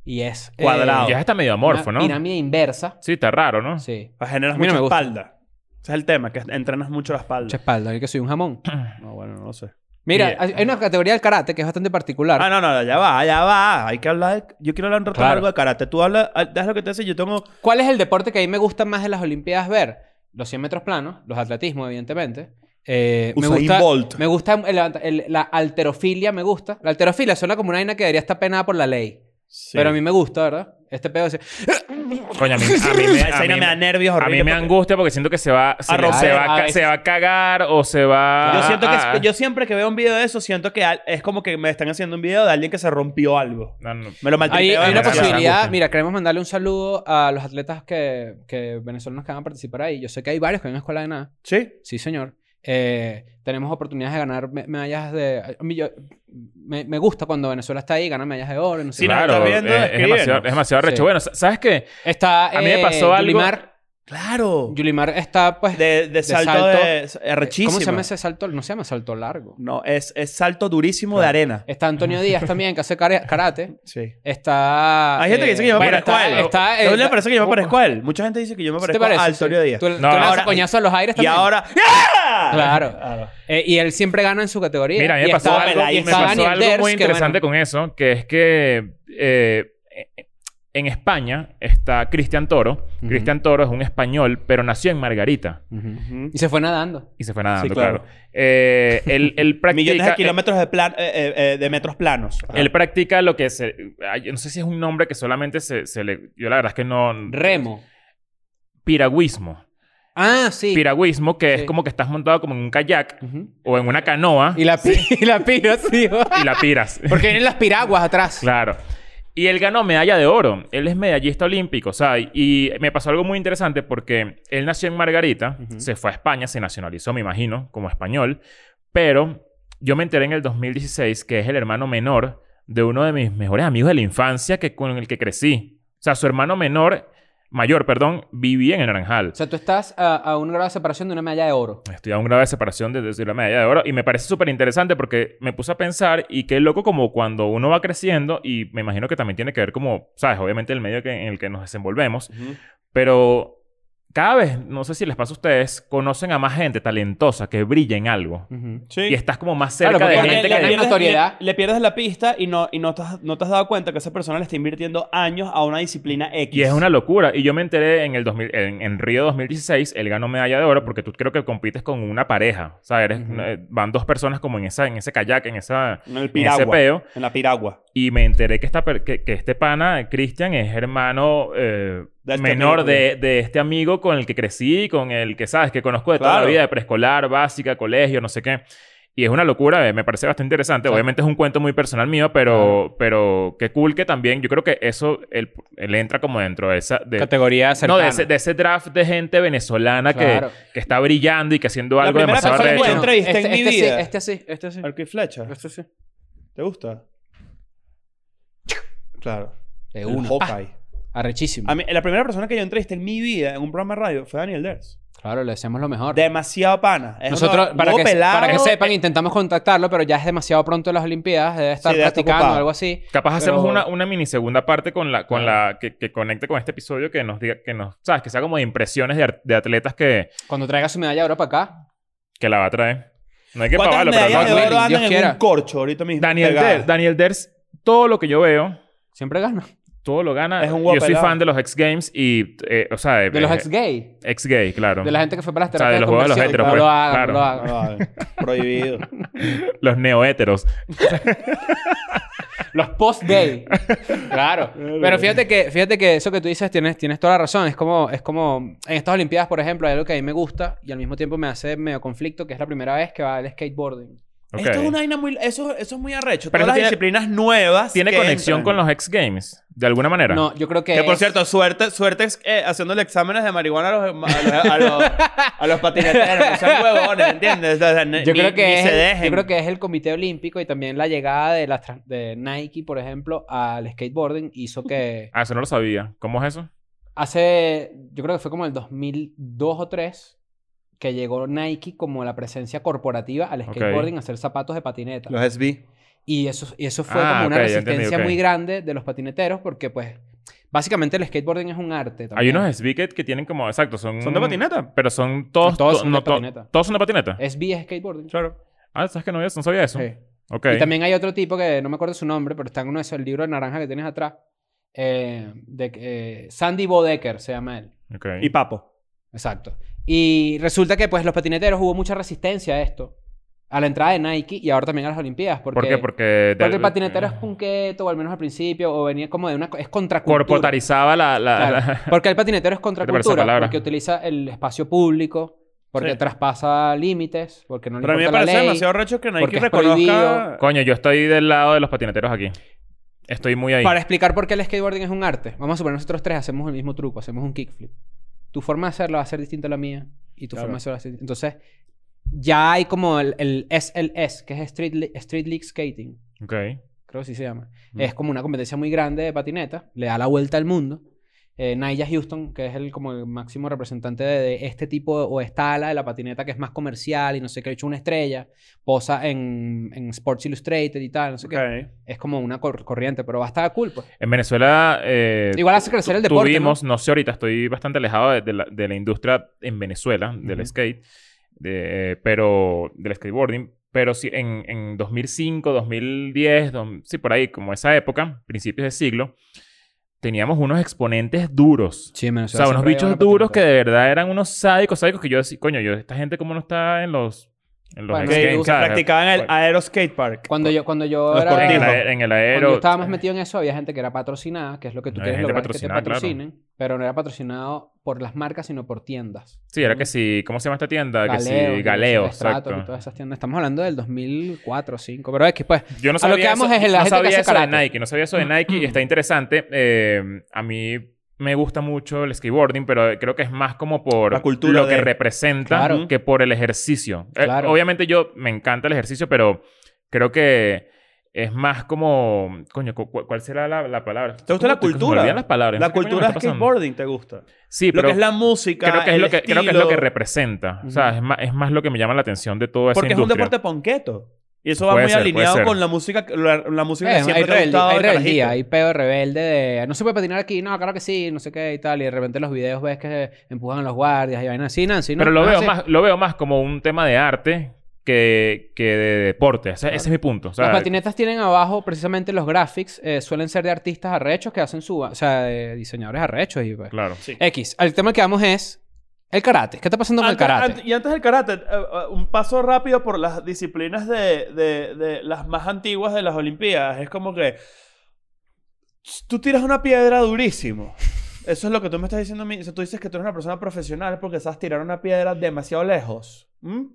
S4: y es... eh,
S3: Cuadrado.
S2: Ya está medio amorfo,
S4: una
S2: ¿no? Ah.
S4: Pirámide inversa.
S2: Sí, está raro, ¿no?
S4: Sí.
S3: Generas
S4: A mí no
S3: mucha
S4: me gusta.
S3: espalda. Ese es el tema, que entrenas mucho la espalda.
S4: Mucha espalda, yo que soy un jamón.
S3: No, bueno, no lo sé.
S4: Mira,
S2: Bien.
S4: hay hay una categoría del karate que es bastante particular.
S3: Ah, no, no, ya va, ya va. Hay que hablar. de- Yo quiero hablar un rato
S4: Claro.
S3: largo de karate. Tú hablas, das lo que te hace. Yo tengo.
S4: ¿Cuál es el deporte que a mí me gusta más de las Olimpiadas ver? Los 100 metros planos, los atletismos, evidentemente. Eh, me,
S3: Usain
S4: gusta,
S3: Bolt.
S4: me gusta el levanta- el- la alterofilia, me gusta. La alterofilia suena como una vaina que debería estar penada por la ley.
S3: Sí.
S4: Pero a mí me gusta, ¿verdad? Este pedo de-
S2: Coño, a mí, a mí me,
S3: Esa
S2: a
S3: vaina
S2: mí-
S3: me da nervios
S2: a
S3: horrible.
S2: mí me
S3: porque-
S2: angustia porque siento que se va, se, le- se
S3: romper.
S2: va, a
S4: A
S2: ca-
S4: veces.
S2: se va a cagar o se va.
S3: Yo siento
S2: a-
S3: que yo siempre que veo un video de eso, siento que al- es como que me están haciendo un video de alguien que se rompió algo.
S2: No, no.
S3: Me lo
S4: Hay,
S3: maltripeó
S4: hay una
S2: demasiado.
S4: posibilidad.
S2: Angustia.
S4: Mira, queremos mandarle un saludo a los atletas que, que venezolanos que van a participar ahí. Yo sé que hay varios que van a escuela de nada.
S3: Sí.
S4: Sí, señor. Eh, tenemos oportunidades de ganar me- medallas de... a mí yo- me, me gusta cuando Venezuela está ahí, gana medallas de oro. No sé
S3: Sí, Si
S4: qué.
S3: nos
S2: claro,
S3: estás
S2: es,
S3: viendo,
S2: es demasiado,
S3: escríbenos.
S2: es demasiado recho.
S4: Sí.
S2: Bueno, sa- ¿sabes qué?
S4: Está,
S2: A mí me
S4: eh,
S2: pasó algo-
S4: Yulimar.
S3: Claro.
S4: Yulimar está, pues...
S3: De, de salto,
S4: salto. Eh,
S3: de. Arrechísimo.
S4: ¿Cómo se llama ese salto? No se llama salto largo.
S3: No, es, es salto durísimo de arena.
S4: Está Antonio Díaz también, que hace care- karate.
S3: Sí.
S4: Está... eh,
S3: Hay gente que dice que yo me
S4: ah, bueno,
S3: parezco
S4: está-
S3: a él.
S4: Está...
S3: ¿No
S4: eh,
S3: le parece que yo me
S4: ¿cómo-
S3: parezco a él? Mucha gente dice que yo me
S4: ¿Sí
S3: parezco
S4: te parece?
S3: a Antonio
S4: Sí.
S3: Díaz.
S4: Tú, tú
S2: No,
S4: le das
S3: ahora-
S4: coñazo a los aires
S3: Y
S4: también.
S3: ahora. ¡ah!
S4: Claro.
S3: Claro.
S4: Eh, y él siempre gana en su categoría.
S2: Mira, a mí
S4: Y
S2: me pasó
S4: estaba-
S2: algo,
S4: y
S2: me
S4: estaba
S2: pasó
S4: Daniel
S2: algo
S4: Ders,
S2: muy
S4: que,
S2: interesante
S4: bueno,
S2: con eso, que es que eh, eh, en España está Cristian Toro.
S4: Ujú.
S2: Cristian Toro es un español, pero nació en Margarita.
S4: Y se fue nadando.
S2: Y se fue nadando,
S3: Sí, claro.
S2: claro. Eh, él, él practica...
S3: Millones de
S2: él-
S3: kilómetros de, plan- eh, eh, eh, de metros planos. Ajá.
S2: Él practica lo que se... ay, yo no sé si es un nombre que solamente se, se le... Yo la verdad es que no...
S4: Remo.
S2: Piragüismo.
S4: Ah, sí.
S2: Piragüismo, que
S4: Sí.
S2: es como que estás montado como en un kayak
S4: Ujú.
S2: o en una canoa
S4: Y la, pi- y la pira, sí.
S2: y la piras.
S4: Porque vienen las piraguas atrás.
S2: Claro. Y él ganó medalla de oro. Él es medallista olímpico, o sea, y me pasó algo muy interesante porque él nació en Margarita,
S4: Ujú.
S2: se fue a España, se nacionalizó, me imagino, como español, pero yo me enteré en el 2016 que es el hermano menor de uno de mis mejores amigos de la infancia que, con el que crecí. O sea, su hermano menor, mayor, perdón, vivía en el Naranjal.
S4: O sea, tú estás a, a un grado de separación de una medalla de oro.
S2: Estoy a un grado de separación de, de la medalla de oro y me parece súper interesante porque me puse a pensar y qué loco como cuando uno va creciendo y me imagino que también tiene que ver como, sabes, obviamente el medio que- en el que nos desenvolvemos,
S3: Ujú.
S2: pero cada vez, no sé si les pasa a ustedes, conocen a más gente talentosa que brilla en algo
S3: Sí.
S2: y estás como más
S4: Claro,
S2: cerca de
S4: porque
S2: gente
S4: le-
S2: que...
S4: le- notoriedad.
S3: le pierdes la pista y, no, y no, te has, no te has dado cuenta que esa persona le está invirtiendo años a una disciplina X.
S2: Y es una locura. Y yo me enteré en el 2000, en, en Río 2016, él ganó medalla de oro porque tú creo que compites con una pareja. O sea, eres-
S4: Ujú.
S2: eh, van dos personas como en, esa, en ese kayak, en, esa,
S3: En el
S2: en ese
S3: piragua.
S2: peo.
S3: En la piragua.
S2: Y me enteré que, esta, per- que, que este pana, Cristian, es hermano eh,
S3: De este
S2: menor
S3: amigo
S2: de, de este amigo con el que crecí, con el que, ¿sabes? Que conozco de toda
S3: Claro.
S2: la vida, de preescolar, básica, colegio, no sé qué. Y es una locura, eh, me parece bastante interesante.
S4: Claro.
S2: Obviamente es un cuento muy personal mío, pero, pero qué cool que también, yo creo que eso, él, él entra como dentro de esa... de-
S4: Categoría
S2: no,
S4: cercana.
S2: de ese, de ese draft de gente venezolana que-
S4: Claro.
S2: que, está brillando y que haciendo
S3: La
S2: algo
S3: primera
S2: demasiado
S3: persona que
S2: arrecho.
S3: yo entrevisté
S4: este,
S3: en mi
S4: este sí,
S3: vida.
S4: este sí, este sí.
S3: Arco y flecha.
S2: Pues
S4: Este sí.
S3: ¿Te gusta? Claro.
S4: De
S3: El
S4: uno.
S3: Hawkeye.
S4: Arrechísimo.
S3: A mí- la primera persona que yo entrevisté en mi vida en un programa de radio fue Daniel Ders.
S4: Claro, le deseamos lo mejor.
S3: Demasiado pana. Es
S4: Nosotros,
S3: uno-
S4: para
S3: hubo
S4: que,
S3: pelado.
S4: para que
S2: eh.
S4: sepan, intentamos contactarlo, pero ya es demasiado pronto las Olimpiadas, debe estar
S3: debe estar
S4: practicando
S3: ocupado.
S4: o algo así.
S2: Capaz hacemos
S4: Pero-
S2: una, una mini segunda parte con la, con la que, que conecte con este episodio que nos diga, que nos, sabes, que sea como de impresiones de, ar- de atletas que,
S4: Cuando traiga su medalla de oro para acá.
S2: que la va a traer. No hay que
S3: ¿Cuántas
S2: pagarlo, pero
S3: medallas
S4: no
S3: de
S4: duelen,
S3: oro andan
S4: Dios
S3: en
S4: quiera.
S3: un corcho ahorita mismo?
S2: Daniel
S3: Pegadas.
S2: Ders, Daniel Ders, todo lo que yo veo,
S4: Siempre gana.
S2: todo lo gana.
S3: Es un guapo
S2: yo soy
S3: pelado.
S2: fan de los X Games y, eh, o sea,
S4: De los ex gay.
S2: ex gay, claro.
S4: De la gente que fue para las
S2: O sea,
S4: terapias
S2: de los juegos de los
S4: conversión.
S2: héteros,
S4: No
S2: pues.
S4: lo hagan,
S2: Claro.
S4: no lo hagan.
S3: Ah, vale. Prohibido.
S2: Los neohéteros.
S4: Los post-gay. claro. Pero fíjate que, fíjate que eso que tú dices tienes, tienes toda la razón. Es como, es como en estas Olimpiadas, por ejemplo, hay algo que a mí me gusta y al mismo tiempo me hace medio conflicto, que es la primera vez que va el skateboarding.
S2: Ok.
S3: Esto es una vaina muy... Eso, eso es muy arrecho.
S2: Pero
S3: Todas las
S2: tiene-
S3: disciplinas nuevas
S2: Tiene
S3: que
S2: conexión
S3: entran.
S2: con los X Games, de alguna manera.
S4: No, yo creo que.
S3: Que por
S4: es-
S3: cierto, suerte, suerte eh, haciéndole exámenes de marihuana a los, a los, a los, a los patineteros. No sean huevones, ¿entiendes? O sea, ni-
S4: Yo creo,
S3: ni-
S4: que
S3: ni
S4: es,
S3: se
S4: el-
S3: dejen.
S4: yo creo que es el Comité Olímpico y también la llegada de, las tran- de Nike, por ejemplo, al skateboarding hizo que
S2: Ah, eso no lo sabía. ¿Cómo es eso?
S4: hace, yo creo que fue como el 2002 o 3 que llegó Nike como la presencia corporativa al
S2: Ok.
S4: skateboarding a hacer zapatos de patineta.
S3: Los SB.
S4: Y eso, y eso fue
S2: Ah,
S4: como una
S2: ok, ya entendí,
S4: resistencia
S2: ok.
S4: muy grande de los patineteros porque pues básicamente el skateboarding es un arte.
S2: Hay
S4: también.
S2: unos Sbiket que tienen como, exacto, son...
S4: Mm.
S3: ¿Son de patineta?
S2: Pero son todos...
S4: Pues, Todos
S2: to-
S4: son de
S2: no, to-
S4: patineta.
S2: ¿Todos son de patineta?
S4: SB es skateboarding.
S3: Claro.
S2: Ah, ¿sabes que no, había- no sabía eso?
S4: Sí.
S2: Ok.
S4: Y también hay otro tipo que no me acuerdo su nombre, pero está en uno de esos libros de naranja que tienes atrás. eh, de, eh, Sandy Bodecker se llama él.
S2: Ok.
S3: Y papo.
S4: Exacto. Y resulta que pues los patineteros hubo mucha resistencia a esto. A la entrada de Nike y ahora también a las Olimpiadas. Porque,
S2: ¿Por qué? Porque... de- eh.
S4: porque el patinetero es punqueto, o al menos al principio, o venía como de una... co- Es contracultura.
S2: Corpotarizaba la... la-
S4: Claro,
S2: la-
S4: Porque el patinetero
S2: te parece esa
S4: es contracultura.
S2: palabra?
S4: Porque utiliza el espacio público, porque
S3: Sí.
S4: traspasa límites, porque no le
S3: Pero a mí me
S4: importa la
S3: parece
S4: ley.
S3: demasiado recho que
S4: porque
S3: Nike
S4: es
S3: reconozca...
S4: prohibido.
S2: Coño, yo estoy del lado de los patineteros aquí. Estoy muy ahí.
S4: Para explicar por qué el skateboarding es un arte, vamos a suponer nosotros tres hacemos el mismo truco, hacemos un kickflip. Tu forma de hacerlo va a ser distinta a la mía y tu
S3: Claro.
S4: forma de hacerlo va a ser Entonces, ya hay como el, el SLS, que es Street, Le- Street League Skating,
S2: Ok.
S4: creo que sí se llama.
S2: Mm.
S4: Es como una competencia muy grande de patineta, le da la vuelta al mundo. Eh, Naya Houston, que es el, como el máximo representante de, de este tipo o esta ala de la patineta que es más comercial y no sé qué, ha hecho una estrella, posa en, en Sports Illustrated y tal, no sé
S3: Ok.
S4: qué. Es como una cor- corriente, pero va a estar cool, pues.
S2: En Venezuela... eh,
S4: Igual hace crecer el
S2: tu-
S4: deporte.
S2: Tuvimos, ¿no? sé ahorita, estoy bastante alejado de, de la, de la industria en Venezuela, del
S4: Ujú.
S2: skate, de, eh, pero del skateboarding. Pero sí, en, en 2005, 2010, dos- sí, por ahí, como esa época, principios de siglo, teníamos unos exponentes duros.
S4: ¿no? Sí,
S2: O sea, unos bichos duros que de verdad eran unos sádicos, sádicos que yo decía, coño, yo, esta gente cómo no está en los, en los
S4: Bueno,
S2: X
S4: que
S2: Games,
S3: Que
S2: ¿sabes?
S3: practicaban el
S2: Bueno,
S3: aero skate park.
S4: Cuando yo, cuando yo
S3: Los
S4: era.
S2: en, el,
S3: cortijos.
S2: ae- en el
S4: Cuando yo
S2: aero.
S4: estaba más metido en eso, había gente que era patrocinada, que es lo que tú
S2: Hay
S4: quieres
S2: gente
S4: lograr es que te
S2: patrocinada, claro.
S4: patrocinen, pero no era patrocinado por las marcas, sino por tiendas.
S2: Sí, era que sí, ¿cómo se llama esta tienda? Ah, que sí,
S4: y
S2: Galeo,
S4: Stratos y
S2: exacto.
S4: todas esas tiendas. Estamos hablando del 2004 2005, pero es que pues
S2: Yo no
S4: A lo
S2: sabía,
S4: que vamos
S2: eso,
S4: es en la
S2: no
S4: gente que
S2: sabía
S4: hace
S2: eso de
S4: karate. Mm.
S2: Nike. No sabía eso de Nike y está interesante. Eh, a mí me gusta mucho el skateboarding, pero creo que es más como por
S3: La cultura
S2: lo que
S3: de-
S2: representa
S4: Claro.
S2: que por el ejercicio. Eh,
S4: Claro.
S2: obviamente yo me encanta el ejercicio, pero creo que es más como... Coño, cu- cu- ¿cuál será la, la palabra?
S3: ¿Te gusta
S2: ¿Cómo
S3: la
S2: Se me
S3: cultura?
S2: olvidan las palabras. No
S3: La
S2: sé qué coño me
S3: cultura
S2: está pasando.
S3: skateboarding te gusta.
S2: Sí,
S3: Lo
S2: pero
S3: que es la música,
S2: creo, que es
S3: el
S2: lo que, creo que es lo que
S3: estilo.
S2: representa. O sea, es más, es más lo que me llama la atención de todo esa
S3: Porque es un
S2: Pues industria.
S3: deporte ponqueto. Y eso va
S2: Puede
S3: muy
S2: ser, puede
S3: alineado
S2: ser.
S3: con la música, que- la, la música que
S4: eh, hay,
S3: siempre te ha
S4: rebeldía-
S3: gustado.
S4: hay
S3: de
S4: rebeldía,
S3: carajito.
S4: hay pedo rebelde de no se puede patinar aquí, no, claro que sí, no sé qué y tal. Y de repente los videos ves que empujan a los guardias y vainas así, Nancy, ¿no?
S2: Pero lo
S4: Ah,
S2: veo,
S4: sí.
S2: más, lo veo más como un tema de arte que, que de deporte. O sea, Ese es mi punto. O sea,
S4: Las patinetas tienen abajo precisamente los graphics, eh, suelen ser de artistas arrechos que hacen su... O sea, de diseñadores arrechos y pues.
S2: Claro.
S3: Sí.
S4: X, el tema que vamos es el karate. ¿Qué está pasando con el
S3: Antes-
S4: karate?
S3: ant- y antes del karate, eh, eh, un paso rápido por las disciplinas de, de- de las más antiguas de las Olimpiadas. Es como que tú tiras una piedra durísimo. Eso es lo que tú me estás diciendo a mí. O sea, tú dices que tú eres una persona profesional porque sabes tirar una piedra demasiado lejos. ¿Mm?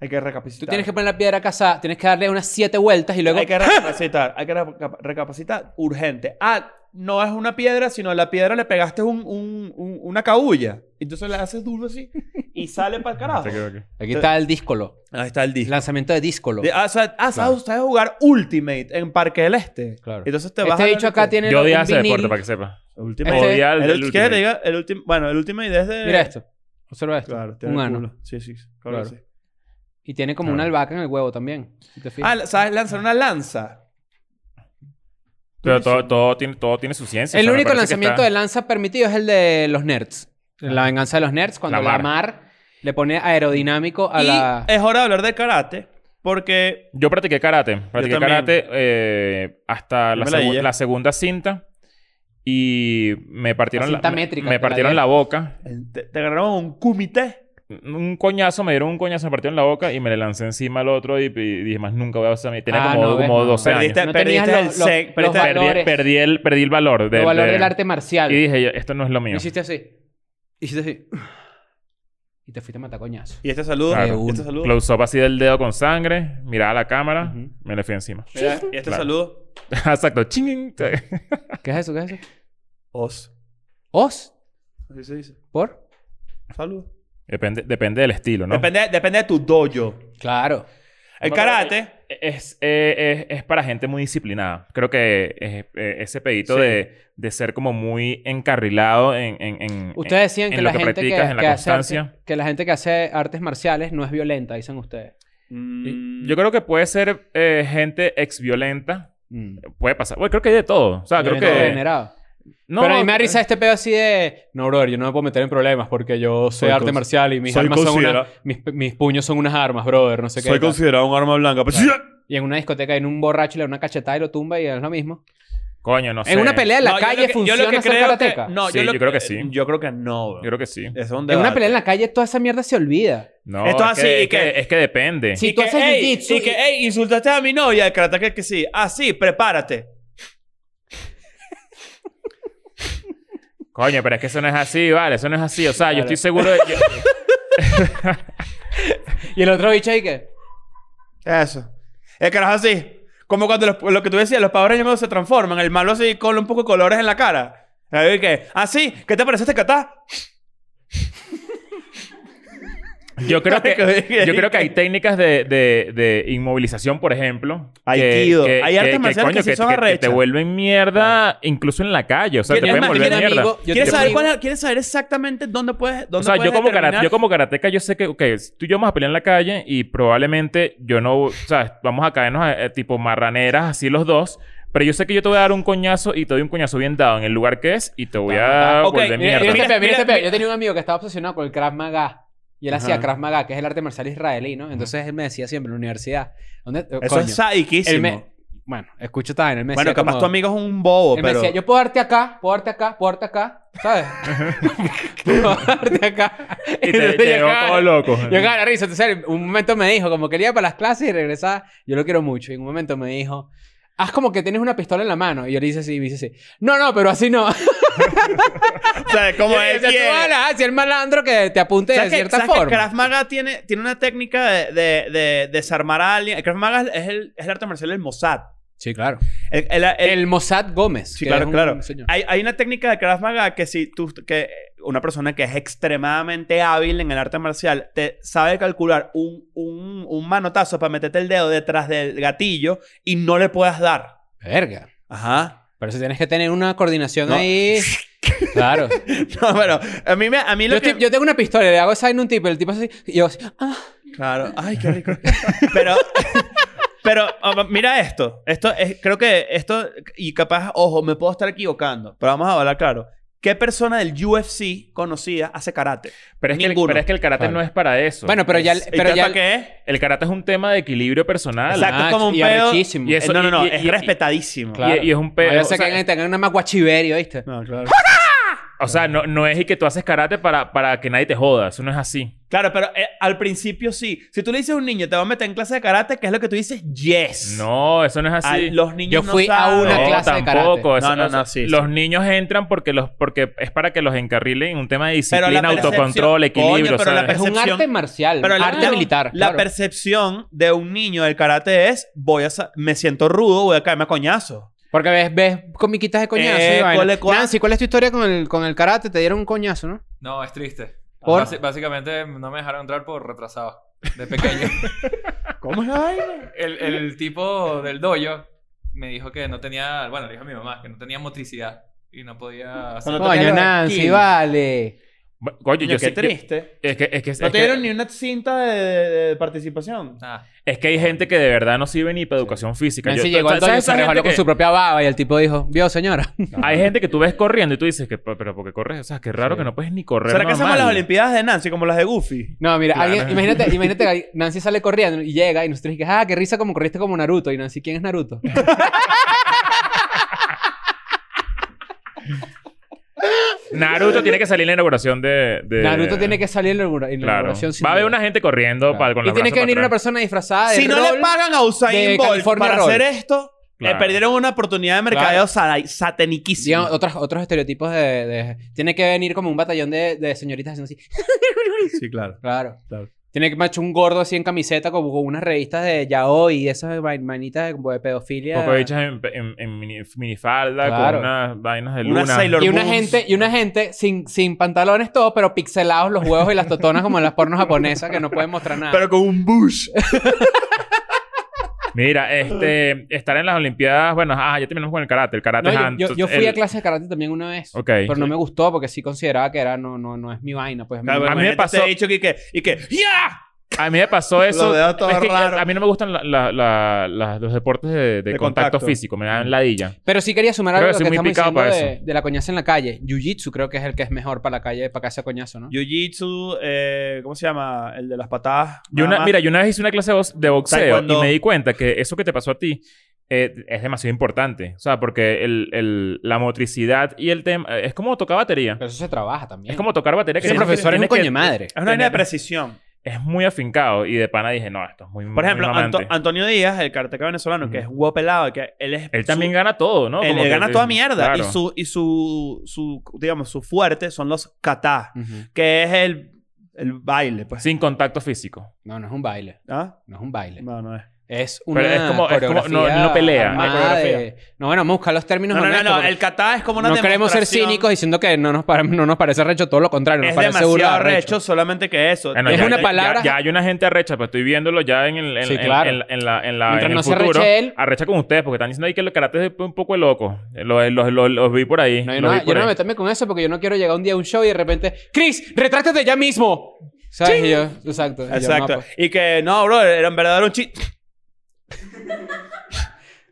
S3: Hay que
S4: Tú
S3: recapacitar.
S4: tienes que poner la piedra casada, tienes que darle unas siete vueltas y luego...
S3: Hay que recapacitar. hay que reca- recapacitar urgente. Ah, no es una piedra, sino a la piedra le pegaste un, un- un- una cabulla. Entonces le haces duro así y sale para el carajo.
S4: Aquí está el díscolo.
S3: Ahí está el disco.
S4: Lanzamiento de díscolo.
S3: De- ah, o sea, ah, ¿sabes ustedes jugar Ultimate en Parque del Este?
S4: Claro.
S3: Entonces te vas
S4: Este
S3: a-
S4: dicho acá tiene
S2: Yo
S4: un
S2: odiaba ese
S4: vinil
S2: deporte, para que sepa.
S3: El último.
S4: Este-
S2: Odiar
S3: el,
S2: el
S3: ¿Quieres que te
S2: Ultimate.
S3: diga? El último. Bueno, el último idea es de.
S4: Mira esto. Observa esto.
S3: Claro, tiene
S4: un
S3: el
S4: ano.
S3: culo. Sí, sí. Claro.
S4: Claro.
S3: que sí.
S4: Y tiene como una
S2: Claro.
S4: albahaca en el huevo también. si te fijas.
S3: Ah, la- ¿sabes lanzar una lanza?
S2: Pero todo, todo, tiene, todo tiene su ciencia. O
S4: el
S2: sea, me
S4: único
S2: parece que
S4: lanzamiento
S2: está-
S4: de lanza permitido es el de los nerds. La venganza de los nerds cuando la
S2: La
S4: mar,
S2: mar.
S4: le pone aerodinámico a
S3: y
S4: la...
S3: es hora de hablar de karate. Porque
S2: Yo practiqué karate. Practiqué
S3: también.
S2: karate eh, hasta
S3: Yo
S2: la,
S3: me la
S2: segu-
S3: dije.
S2: la segunda cinta. Y me partieron
S4: La cinta métrica, te
S2: me
S4: la
S2: partieron
S4: dije.
S2: la boca.
S3: te, te agarraron un kumite.
S2: Un coñazo, me dieron un coñazo, me partieron la boca y me le lancé encima al otro y, y dije, más nunca voy a hacer... Tenía
S4: Ah,
S2: como,
S4: no, ves,
S2: como
S4: no.
S2: 12
S3: Perdiste,
S2: años.
S4: No tenías
S3: perdiste el
S4: los- los-
S3: sec-
S4: los
S3: perdiste-
S4: valores.
S2: Perdí, perdí el, perdí el valor.
S4: el
S2: del-
S4: valor
S2: de-
S4: del arte marcial.
S2: Y dije, yo, esto no es lo mío.
S4: Hiciste así. Hiciste así. Y te fuiste a matar coñazo.
S3: Y este saludo.
S2: Claro.
S3: Y este saludo.
S2: Close up así del dedo con sangre, miraba a la cámara,
S4: Ujú.
S2: me le fui encima.
S3: Mira, y este
S2: Claro.
S3: saludo.
S2: Exacto. Ching.
S4: ¿Qué es eso? ¿Qué es eso?
S3: Os.
S4: ¿Os?
S3: Así se dice.
S4: ¿Por?
S3: Saludo.
S2: Depende, depende del estilo, ¿no?
S3: Depende, depende de tu dojo.
S4: Claro.
S3: El
S2: Bueno,
S3: karate.
S2: Es, eh, es, es para gente muy disciplinada. Creo que eh, eh, ese pedito
S3: Sí.
S2: de, de ser como muy encarrilado en... en, en
S4: Ustedes decían
S2: en
S4: que
S2: lo
S4: la
S2: que
S4: gente que,
S2: practicas, en la
S4: que hace
S2: constancia.
S4: arte- que la gente que hace artes marciales no es violenta, dicen ustedes.
S2: en-
S3: Mm,
S2: Yo creo que puede ser eh, gente exviolenta.
S4: Mm.
S2: Puede pasar. Bueno, creo que hay de todo. O sea, Ah, creo
S4: Violento
S2: que...
S4: degenerado.
S2: No, eh,
S4: Pero a mí me da risa este pedo así de... No, brother, yo no me puedo meter en problemas porque yo sé
S3: Soy
S4: arte
S3: cons-
S4: marcial y mis
S3: soy
S4: armas son
S3: considera-
S4: unas... Mis, mis puños son unas armas, brother, no sé qué. tal.
S3: considerado un arma blanca. pero-
S4: Y en una discoteca en un borracho le da una cachetada y lo tumba y es lo mismo.
S2: Coño, no sé.
S4: En una pelea en la
S3: No, yo
S4: calle
S3: lo que- yo lo que
S4: funciona ser
S3: creo que-
S4: karateca.
S3: No,
S2: Sí,
S3: yo, lo-
S2: yo creo que sí.
S3: Yo creo que no.
S2: Yo creo que sí.
S3: Es un
S4: En una
S3: debate.
S4: pelea en la calle toda esa mierda se olvida.
S2: No,
S3: Esto es
S2: es, que,
S3: así,
S2: es,
S3: ¿y qué?
S2: que, es que depende.
S4: Sí. Si tú haces
S3: ey,
S4: jiu-jitsu
S3: Y que,
S4: y-
S3: ey, insultaste a mi novia, el karate que sí. Ah, sí, prepárate.
S2: Coño, pero es que eso no es así, vale. Eso no es así. O sea, yo
S4: Claro.
S2: estoy seguro de... yo-
S4: Y el otro bicho ahí que...
S3: Eso. El carajo así. Como cuando los- lo que tú decías, los Power Rangers cuando se transforman. El malo así con un poco de colores en la cara. Ahí que, ah, sí, ¿qué te parece este catá?
S2: Yo creo que,
S3: Marico,
S2: yo creo que hay técnicas de, de, de inmovilización, por ejemplo.
S3: Aikido. Hay artes marciales que sí son
S2: te
S3: arrechas.
S2: vuelven mierda incluso en la calle. O sea, te
S3: ¿Quieres
S2: pueden
S3: más?
S2: volver
S4: ¿Tienes
S2: mierda.
S4: amigo? Yo
S3: ¿Quieres
S4: te-
S3: saber,
S4: yo-
S3: cuál- quieres saber exactamente dónde puedes
S2: O
S3: dónde
S2: sea,
S3: puedes
S2: yo como, kara-
S3: determinar-
S2: yo como karateca, yo sé que, ok, tú y yo vamos a pelear en la calle y probablemente yo no, o sea, vamos a caernos a- a tipo marraneras, así los dos. Pero yo sé que yo te voy a dar un coñazo y te doy un coñazo bien dado en el lugar que es y te voy a
S3: Ok,
S2: volver
S4: Mira,
S2: mierda.
S4: mira este
S3: Mira,
S4: peo, mira este
S3: mira,
S4: peo. Yo tenía un amigo que estaba obsesionado con el Krav Maga. Y él hacía
S3: Ajá.
S4: Krav Maga, que es el arte marcial israelí, ¿no? Entonces él me decía siempre en la universidad. ¿Dónde? eh,
S3: Eso
S4: coño?
S3: es sadiquísimo.
S4: Él me- bueno, escucho también. Él me
S3: bueno,
S4: decía
S3: capaz
S4: como-
S3: tu amigo es un bobo,
S4: Él me
S3: pero...
S4: decía, yo puedo darte acá, puedo darte acá, puedo darte acá. ¿Sabes? puedo darte acá.
S2: Y te,
S4: Entonces
S2: te
S4: yo
S2: veo
S4: acababa-
S2: todo loco.
S4: Yo cagaba la risa. Entonces, un momento me dijo, como quería para las clases y regresaba, yo lo quiero mucho. Y en un momento me dijo, haz como que tienes una pistola en la mano. Y yo le hice así, y me dice así, no, no, pero así no.
S3: O sea, como
S4: Y
S3: él
S4: dice,
S3: quiere.
S4: tú ala, así el malandro que te apunte de
S3: ¿Sabes que-
S4: cierta
S3: sabes que
S4: forma.
S3: Krav Maga tiene, tiene una técnica de, de- de desarmar a alguien. El Krav Maga es el, es el arte marcial del Mossad.
S4: Sí, claro.
S3: El- el- el-
S4: El, Mossad Gómez.
S3: sí,
S4: que
S3: claro,
S4: es un
S3: claro.
S4: señor.
S3: Hay, hay una técnica de Krav Maga que si tú... Que una persona que es extremadamente hábil en el arte marcial te sabe calcular un, un, un manotazo para meterte el dedo detrás del gatillo y no le puedas dar.
S4: Verga.
S3: Ajá.
S4: Pero eso tienes que tener una coordinación
S3: No.
S4: ahí. claro.
S3: No, pero a mí, me, a mí lo
S4: Yo,
S3: que...
S4: estoy- yo tengo una pistola, le hago esa en un tipo, el tipo hace así, y yo así, ah.
S3: Claro. Ay, qué rico. Pero, pero um, mira esto. Esto es, creo que esto, y capaz, ojo, me puedo estar equivocando, pero vamos a hablar claro. ¿Qué persona del UFC conocida hace karate?
S2: Pero es, que el,
S3: Ninguno.
S2: pero es que el karate
S4: Claro.
S2: no es para eso.
S4: Bueno, pero ya... el-
S3: ¿Y
S4: Pero
S3: tal
S4: ya
S3: para qué es?
S2: El karate es un tema de equilibrio personal.
S3: Exacto, es como un
S4: Ah, y
S3: pedo-
S4: arrechísimo.
S2: y es- eso-
S3: Eh, no, no, no,
S2: y-
S3: es
S2: y-
S3: respetadísimo.
S4: Claro.
S2: Y, y es un pedo.
S4: No, yo
S2: o
S4: sé
S2: sea,
S4: que tengan una más guachiverio, ¿viste?
S3: No, claro.
S2: O sea, no, no es y que tú haces karate para, para que nadie te joda. Eso no es así.
S3: Claro, pero eh, al principio sí. Si tú le dices a un niño, te va a meter en clase de karate, ¿qué es lo que tú dices? Yes.
S2: No, eso no es
S3: A-
S2: así.
S3: los niños
S4: Yo
S3: no
S4: fui a
S3: saben.
S4: una
S2: no,
S4: clase de
S2: tampoco.
S4: karate.
S2: Eso-
S3: No, no,
S2: o sea,
S3: no, sí,
S2: Los
S3: sí.
S2: niños entran porque los porque es para que los encarrilen en un tema de disciplina,
S3: percepción-
S2: autocontrol, equilibrio,
S3: Coño, pero la
S2: ¿sabes?
S4: Es un
S3: Percepción.
S4: arte marcial,
S3: Pero la,
S4: arte
S3: la-
S4: militar.
S3: la
S4: claro.
S3: percepción de un niño del karate es, voy a sa- me siento rudo, voy a caerme a coñazo.
S4: Porque ves, ves comiquitas de coñazo
S3: Eh,
S4: y vaina.
S3: cole, cua-
S4: Nancy, ¿cuál es tu historia con el, con el karate? Te dieron un coñazo, ¿no?
S5: No, es triste.
S4: ¿Por?
S5: Basi- básicamente no me dejaron entrar por retrasado. De pequeño.
S3: ¿Cómo es la vaina?
S5: el, el tipo del dojo me dijo que no tenía... Bueno, le dijo a mi mamá que no tenía motricidad. y no podía hacer.
S3: Cuando toca
S4: Coño,
S3: los
S4: Nancy,
S3: skins.
S4: vale.
S2: Bu- Coño,
S3: Coño,
S2: yo
S3: qué
S2: sé yo-
S3: triste.
S2: es que, es que, es
S3: No te
S2: que-
S3: dieron ni una cinta de, de- de participación.
S5: Nada.
S2: es que hay gente que de verdad no sirve ni para educación física.
S4: Nancy
S2: Yo-
S4: llegó al
S2: ¿sabes
S4: doño,
S2: esa
S4: se
S2: gente
S4: resbaló con
S2: que-
S4: su propia baba y el tipo dijo, vio señora.
S2: Hay gente que tú ves corriendo y tú dices que, pero pero ¿por qué corres? O sea, qué raro
S4: Sí.
S2: que no puedes ni correr.
S3: ¿Será que hacemos
S2: normal.
S3: las Olimpiadas de Nancy como las de Goofy?
S4: No, mira,
S2: Claro.
S4: alguien, imagínate, imagínate que Nancy sale corriendo y llega y nosotros dijimos, ah, qué risa como corriste como Naruto. Y Nancy, ¿quién es Naruto?
S2: Naruto tiene que salir en la inauguración de. de-
S4: Naruto tiene que salir en la inaugura- en la
S2: Claro.
S4: inauguración. sin
S2: Va a haber
S4: duda.
S2: una gente corriendo
S4: Claro.
S2: para, con
S4: Y
S2: los
S4: tiene
S2: brazos
S4: que
S2: para
S4: venir una
S2: atrás.
S4: persona disfrazada de
S3: Si no
S4: rol.
S3: le pagan a
S4: de
S3: Usain Bolt
S4: California
S3: para
S4: Roll.
S3: hacer esto,
S2: Claro.
S3: eh, perdieron una oportunidad de mercadeo
S4: Claro.
S3: sala- sataniquísimo.
S4: Digamos, otros, otros estereotipos de, de- Tiene que venir como un batallón de, de señoritas haciendo así.
S3: Sí, claro.
S4: Claro.
S3: Claro.
S4: Tiene que macho un gordo así en camiseta como con unas revistas de yaoi y esas man- manitas de, como de pedofilia.
S2: Poco bichas en, en- en mini- minifalda
S4: Claro.
S2: con unas vainas de
S3: Una
S2: luna.
S3: Sailor
S4: y una
S3: Moons.
S4: gente, y una gente sin, sin pantalones todo, pero pixelados los huevos y las totonas como en las pornos japonesas que no pueden mostrar
S2: Ah.
S4: nada.
S3: Pero con un bush.
S4: Ah.
S2: Mira, este, estar en las Olimpiadas, bueno, ah, ya terminamos con el karate. El karate
S4: No, yo-
S2: hand,
S4: yo, yo
S2: entonces,
S4: fui
S2: el-
S4: a clase de karate también una vez.
S2: Ok.
S4: Pero no me gustó porque sí consideraba que era no, no, no es mi vaina. Pues
S2: bueno,
S3: a mí me pasó. Te he dicho que, que, y que, ¡ya!
S2: A mí me pasó eso.
S3: Lo veo todo
S2: Es que
S3: raro.
S2: A mí no me gustan la- la- la- la- los deportes de, de
S3: De
S2: contacto.
S3: contacto. Mm.
S2: físico, me dan ladilla.
S4: Pero sí quería sumar
S2: Creo
S4: algo
S2: que
S4: que,
S2: soy muy
S4: estamos
S2: picado
S4: diciendo
S2: para
S4: de,
S2: eso.
S4: de la coñaza en la calle. Jiu-Jitsu creo que es el que es mejor para la calle, para casa coñazo, ¿no?
S3: Jiu-Jitsu, eh, ¿cómo se llama? El de las patadas.
S2: Yo
S3: nada
S2: una,
S3: más.
S2: mira, yo una vez hice una clase de box- de boxeo
S3: Taekwondo.
S2: y me di cuenta que eso que te pasó a ti eh, es demasiado importante. O sea, porque el, el- la motricidad y el tema... eh, Es como tocar batería.
S4: Pero eso se trabaja también.
S2: Es como tocar batería. que
S4: ese
S2: tienes-
S4: profesor es
S2: tienes
S4: un coño
S2: que-
S4: de madre.
S3: Es una línea de
S2: tener-
S3: precisión.
S2: Es muy afincado. Y de pana dije, no, esto es muy
S3: Por ejemplo,
S2: muy mamante.
S3: Anto- Antonio Díaz, el karateca venezolano, que
S2: Ujú.
S3: es un huevo pelado, que él es...
S2: Él
S3: su-
S2: también gana todo, ¿no?
S3: él-
S2: Como
S3: él
S2: que-
S3: gana toda mierda.
S2: Claro.
S3: Y, su, y su, su, digamos, su fuerte son los kata,
S4: Ujú.
S3: que es el, el baile, pues.
S2: Sin contacto físico.
S4: No, no es un baile.
S3: ¿Ah?
S4: No es un baile.
S3: No, no es.
S4: Es
S2: Pero
S4: una
S2: es como- es como- no-
S4: coreografía
S2: no pelea.
S4: armada
S3: Hay
S4: de-
S3: coreografía.
S4: No, bueno, vamos a buscar los términos
S3: No, no, no,
S4: honestos,
S3: no,
S4: porque
S3: El kata es como una
S4: no queremos ser
S3: demostración.
S4: cínicos diciendo que no nos, pare- no nos parece recho, todo lo contrario. Nos
S3: Es
S4: parece
S3: demasiado
S4: burda de
S3: recho, solamente que eso.
S2: Bueno,
S4: Es
S2: ya-
S4: una
S2: ya-
S4: palabra-
S2: Ya, ya hay una gente arrecha, pero estoy viéndolo ya en el. En,
S4: Sí,
S2: en-
S4: claro.
S2: en, en la, en la-
S4: Mientras
S2: en el
S4: no se
S2: futuro.
S4: arreche él.
S2: Arrecha con ustedes, porque están diciendo ahí que el karate es un poco loco. Eh, Los, los, los, los vi por ahí.
S4: No, yo
S2: los
S4: no,
S2: vi
S4: yo
S2: por
S4: no me
S2: ahí.
S4: meterme con eso porque yo no quiero llegar un día a un show y de repente, Chris, retráctate ya mismo. ¿Sabes? Y yo, exacto. Y yo,
S3: Exacto.
S4: no, pues,
S3: Y que, no, bro, era en verdad era un chiste.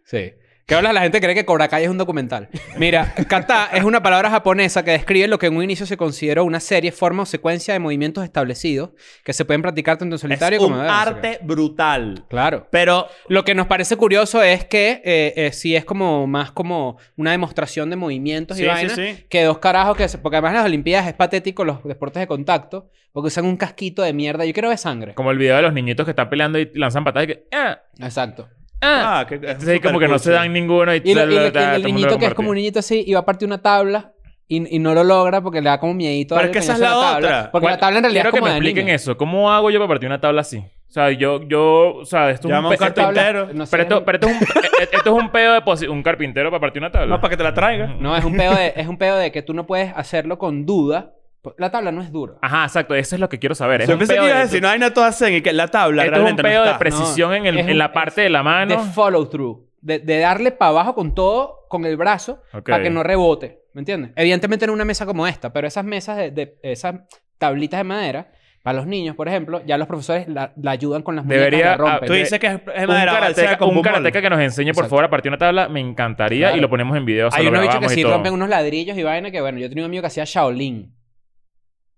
S4: sí. Que hablas? La gente cree que Cobra Kai es un documental. Mira, kata es una palabra japonesa que describe lo que en un inicio se consideró una serie, forma o secuencia de movimientos establecidos que se pueden practicar tanto en
S3: Es
S4: solitario
S3: un
S4: como en
S3: arte brutal.
S4: Claro.
S3: Pero
S4: Lo que nos parece curioso es que eh, eh, sí es como más como una demostración de movimientos
S3: Sí,
S4: y
S3: sí,
S4: vainas
S3: sí.
S4: que dos carajos que se- porque además las olimpiadas es patético los deportes de contacto porque usan un casquito de mierda yo quiero ver sangre
S2: Como el video de los niñitos que están peleando y lanzan patadas y que. ¡Ah!
S4: exacto
S2: ¡Ah!
S3: Ah, que es
S2: Entonces, ahí como
S3: súper
S2: que no se
S3: cursi.
S2: dan ninguno y,
S4: y, lo- y lo- y
S2: ta-
S4: el
S2: todo mundo
S4: niñito que es
S2: compartido.
S4: como un niñito así y va a partir una tabla y, y no lo logra porque le da como miedito
S3: Pero
S4: darle
S3: es que esa es
S4: coñazo a
S3: la
S4: tabla,
S3: otra.
S4: porque la tabla en realidad
S2: Quiero
S4: es como
S2: que me
S4: de
S2: expliquen
S4: niño.
S2: eso. ¿Cómo hago yo para partir una tabla así? O sea, yo, yo, o sea, esto es
S3: Llama a
S2: un
S3: un
S2: pe-
S4: Tabla-
S3: carpintero.
S4: no sé,
S2: Pero
S4: es
S2: esto,
S4: un-
S2: pero esto es un, eh, esto es un pedo de posi- un carpintero para partir una tabla.
S3: No, para que te la traiga.
S4: no es un pedo de es un pedo de que tú no puedes hacerlo con duda Pues, la tabla no es dura
S2: Ajá, exacto. Eso es lo que quiero saber. Es
S3: Yo
S2: un
S3: pensé
S2: pedo
S3: que ibas
S2: de-
S3: a decir, no hay nada todas hacen y que la tabla
S2: Esto es un
S3: realmente
S2: pedo
S3: no
S2: de
S3: está.
S2: precisión en, el-
S4: es
S2: en
S4: un-
S2: la parte de la mano.
S4: de follow through. De, de darle para abajo con todo, con el brazo,
S2: Ok.
S4: para que no rebote. ¿Me entiendes? Evidentemente en una mesa como esta, pero esas mesas de, de- esas tablitas de madera, para los niños, por ejemplo, ya los profesores la, la ayudan con las muñecas,
S2: Debería- ah,
S4: la rompen.
S3: Tú dices que es es
S2: un
S3: madera balsera
S2: karateca,
S3: con
S2: un
S3: bombón.
S2: karateca que nos enseñe, por
S4: Exacto.
S2: favor, a partir una tabla, me encantaría
S4: Claro.
S2: y lo ponemos en video. o sea,
S4: Hay
S2: lo
S4: unos bichos que
S2: grabamos y
S4: sí
S2: todo.
S4: rompen unos ladrillos y vainas que, bueno, yo tenía un amigo que hacía Shaolin.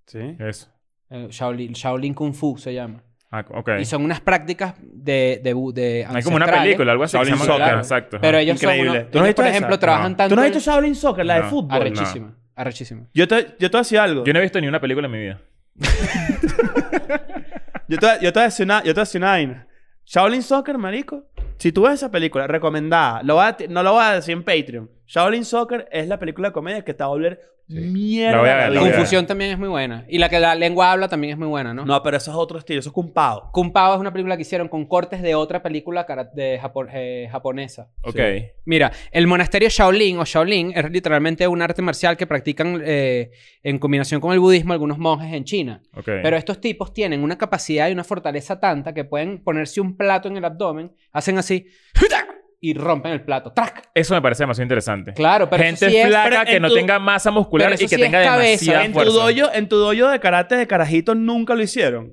S3: Sí.
S2: Eso.
S4: Eh, Shaolin, Shaolin Kung Fu se llama.
S2: Ah, ok.
S4: Y son unas prácticas de, de, bu- de
S2: Hay como una
S4: ancestrales,
S2: película, algo así. que se
S3: Shaolin
S2: llama-
S3: Soccer.
S2: Claro, Exacto.
S4: Pero
S2: Ajá.
S4: ellos
S3: Increíble. ¿Tú
S4: son unos,
S3: no has
S4: ellos,
S3: visto
S4: por
S3: esa?
S4: ejemplo, trabajan
S2: No.
S4: tanto...
S3: ¿Tú no has
S4: en-
S3: visto Shaolin Soccer, la de
S2: No.
S3: fútbol?
S4: Arrechísima, arrechísima.
S3: Yo te, yo te voy a decir algo.
S2: Yo no he visto ni una película en mi vida.
S3: Yo te, yo te voy a decir una, yo te voy a decir una vaina. Shaolin Soccer, marico. Si tú ves esa película, recomendada. Lo voy a ti- no lo voy a decir en Patreon. Shaolin Soccer es la película de comedia que te va a volver mierda.
S2: La voy a
S3: la
S2: ver, la
S3: vida.
S2: voy a ver.
S4: Confusión también es muy buena. Y la que la lengua habla también es muy buena, ¿no?
S3: No, pero eso es otro estilo. Eso es Kung Pao.
S4: Kung Pao es una película que hicieron con cortes de otra película cara- de japo- eh, japonesa.
S2: Ok.
S4: Mira, el monasterio Shaolin o Shaolin es literalmente un arte marcial que practican eh, en combinación con el budismo algunos monjes en China.
S2: Ok.
S4: Pero estos tipos tienen una capacidad y una fortaleza tanta que pueden ponerse un plato en el abdomen, hacen así y rompen el plato. ¡Trac!
S2: Eso me parece demasiado interesante.
S4: Claro, pero
S2: Gente
S4: eso sí es-
S2: flaca
S3: pero
S2: que
S3: en
S2: no
S3: tu-
S2: tenga masa muscular y
S4: pero eso
S2: que
S4: sí es
S2: tenga
S4: cabeza.
S2: demasiada
S3: En tu,
S2: fuerza.
S3: dojo, en tu dojo de karate de carajito nunca lo hicieron.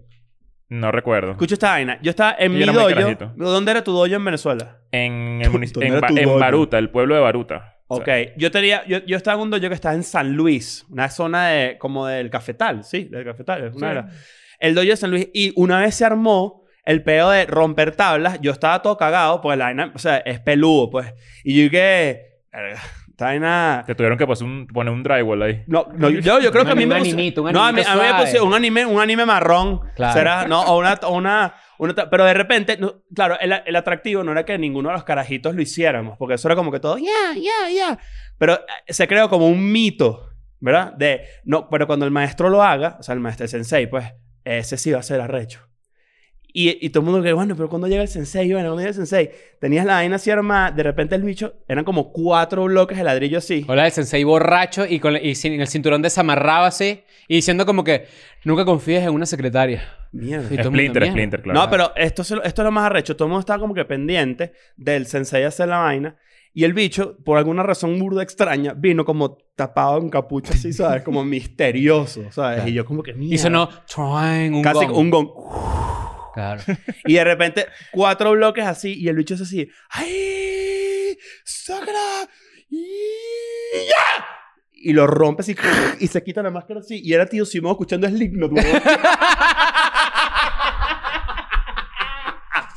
S2: No recuerdo.
S3: Escucha esta vaina. Yo estaba en
S2: Yo
S3: mi
S2: era muy
S3: dojo.
S2: carajito.
S3: ¿Dónde era tu dojo en Venezuela?
S2: En el municipio...
S3: ¿Dónde
S2: En,
S3: era
S2: Ba-
S3: tu
S2: en
S3: dojo?
S2: Baruta, el pueblo de Baruta. O
S3: Ok.
S2: sea,
S3: Yo tenía... Yo, yo estaba en un dojo que estaba en San Luis. Una zona de... Como del Cafetal. Sí, del Cafetal. es una de las- El dojo de San Luis. Y una vez se armó el pedo de romper tablas. Yo estaba todo cagado. Pues la vaina... O sea, es peludo, pues. Y yo dije... "Verga, Esta vaina...
S2: Te tuvieron que poner un, poner un drywall ahí.
S3: No, no, yo, yo creo que a mí
S4: Un
S3: me
S4: animito, un
S3: no, a mí,
S4: animito
S3: a mí me
S4: suave.
S3: pusieron un anime, un anime marrón.
S4: Claro.
S3: Será, no, o una, o una, una ta- pero de repente, no, claro, el, el atractivo no era que ninguno de los carajitos lo hiciéramos, porque eso era como que todo, ya, ya, ya. Pero eh, se creó como un mito, ¿verdad? De, no, pero cuando el maestro lo haga, o sea, el maestro, el sensei, pues, ese sí va a ser arrecho. Y, y todo el mundo que, bueno, pero cuando llega el sensei, bueno, cuando llega el sensei, tenías la vaina así armada, de repente el bicho, eran como cuatro bloques de ladrillo así.
S4: Hola, el sensei borracho y con y sin- el cinturón desamarrado así y diciendo como que nunca confíes en una secretaria.
S3: Mierda.
S4: Y todo el mundo,
S2: Splinter,
S4: mierda.
S2: Splinter, claro.
S3: No, pero esto, se lo- esto es lo más arrecho. Todo el mundo estaba como que pendiente del sensei hacer la vaina. Y el bicho, por alguna razón burda extraña, vino como tapado en capucha así, ¿sabes? Como misterioso, ¿sabes? Y yo como que...
S4: Y
S3: mierda.
S4: sonó trying un
S3: Casi
S4: gong.
S3: un gong.
S4: Claro.
S3: Y de repente, cuatro bloques así. Y el bicho es así. ¡Ay! ¡Sagra! y- ¡Ya! Y lo rompe así. Y se quita la máscara así. Y era tío Simón escuchando Slipknot, huevón.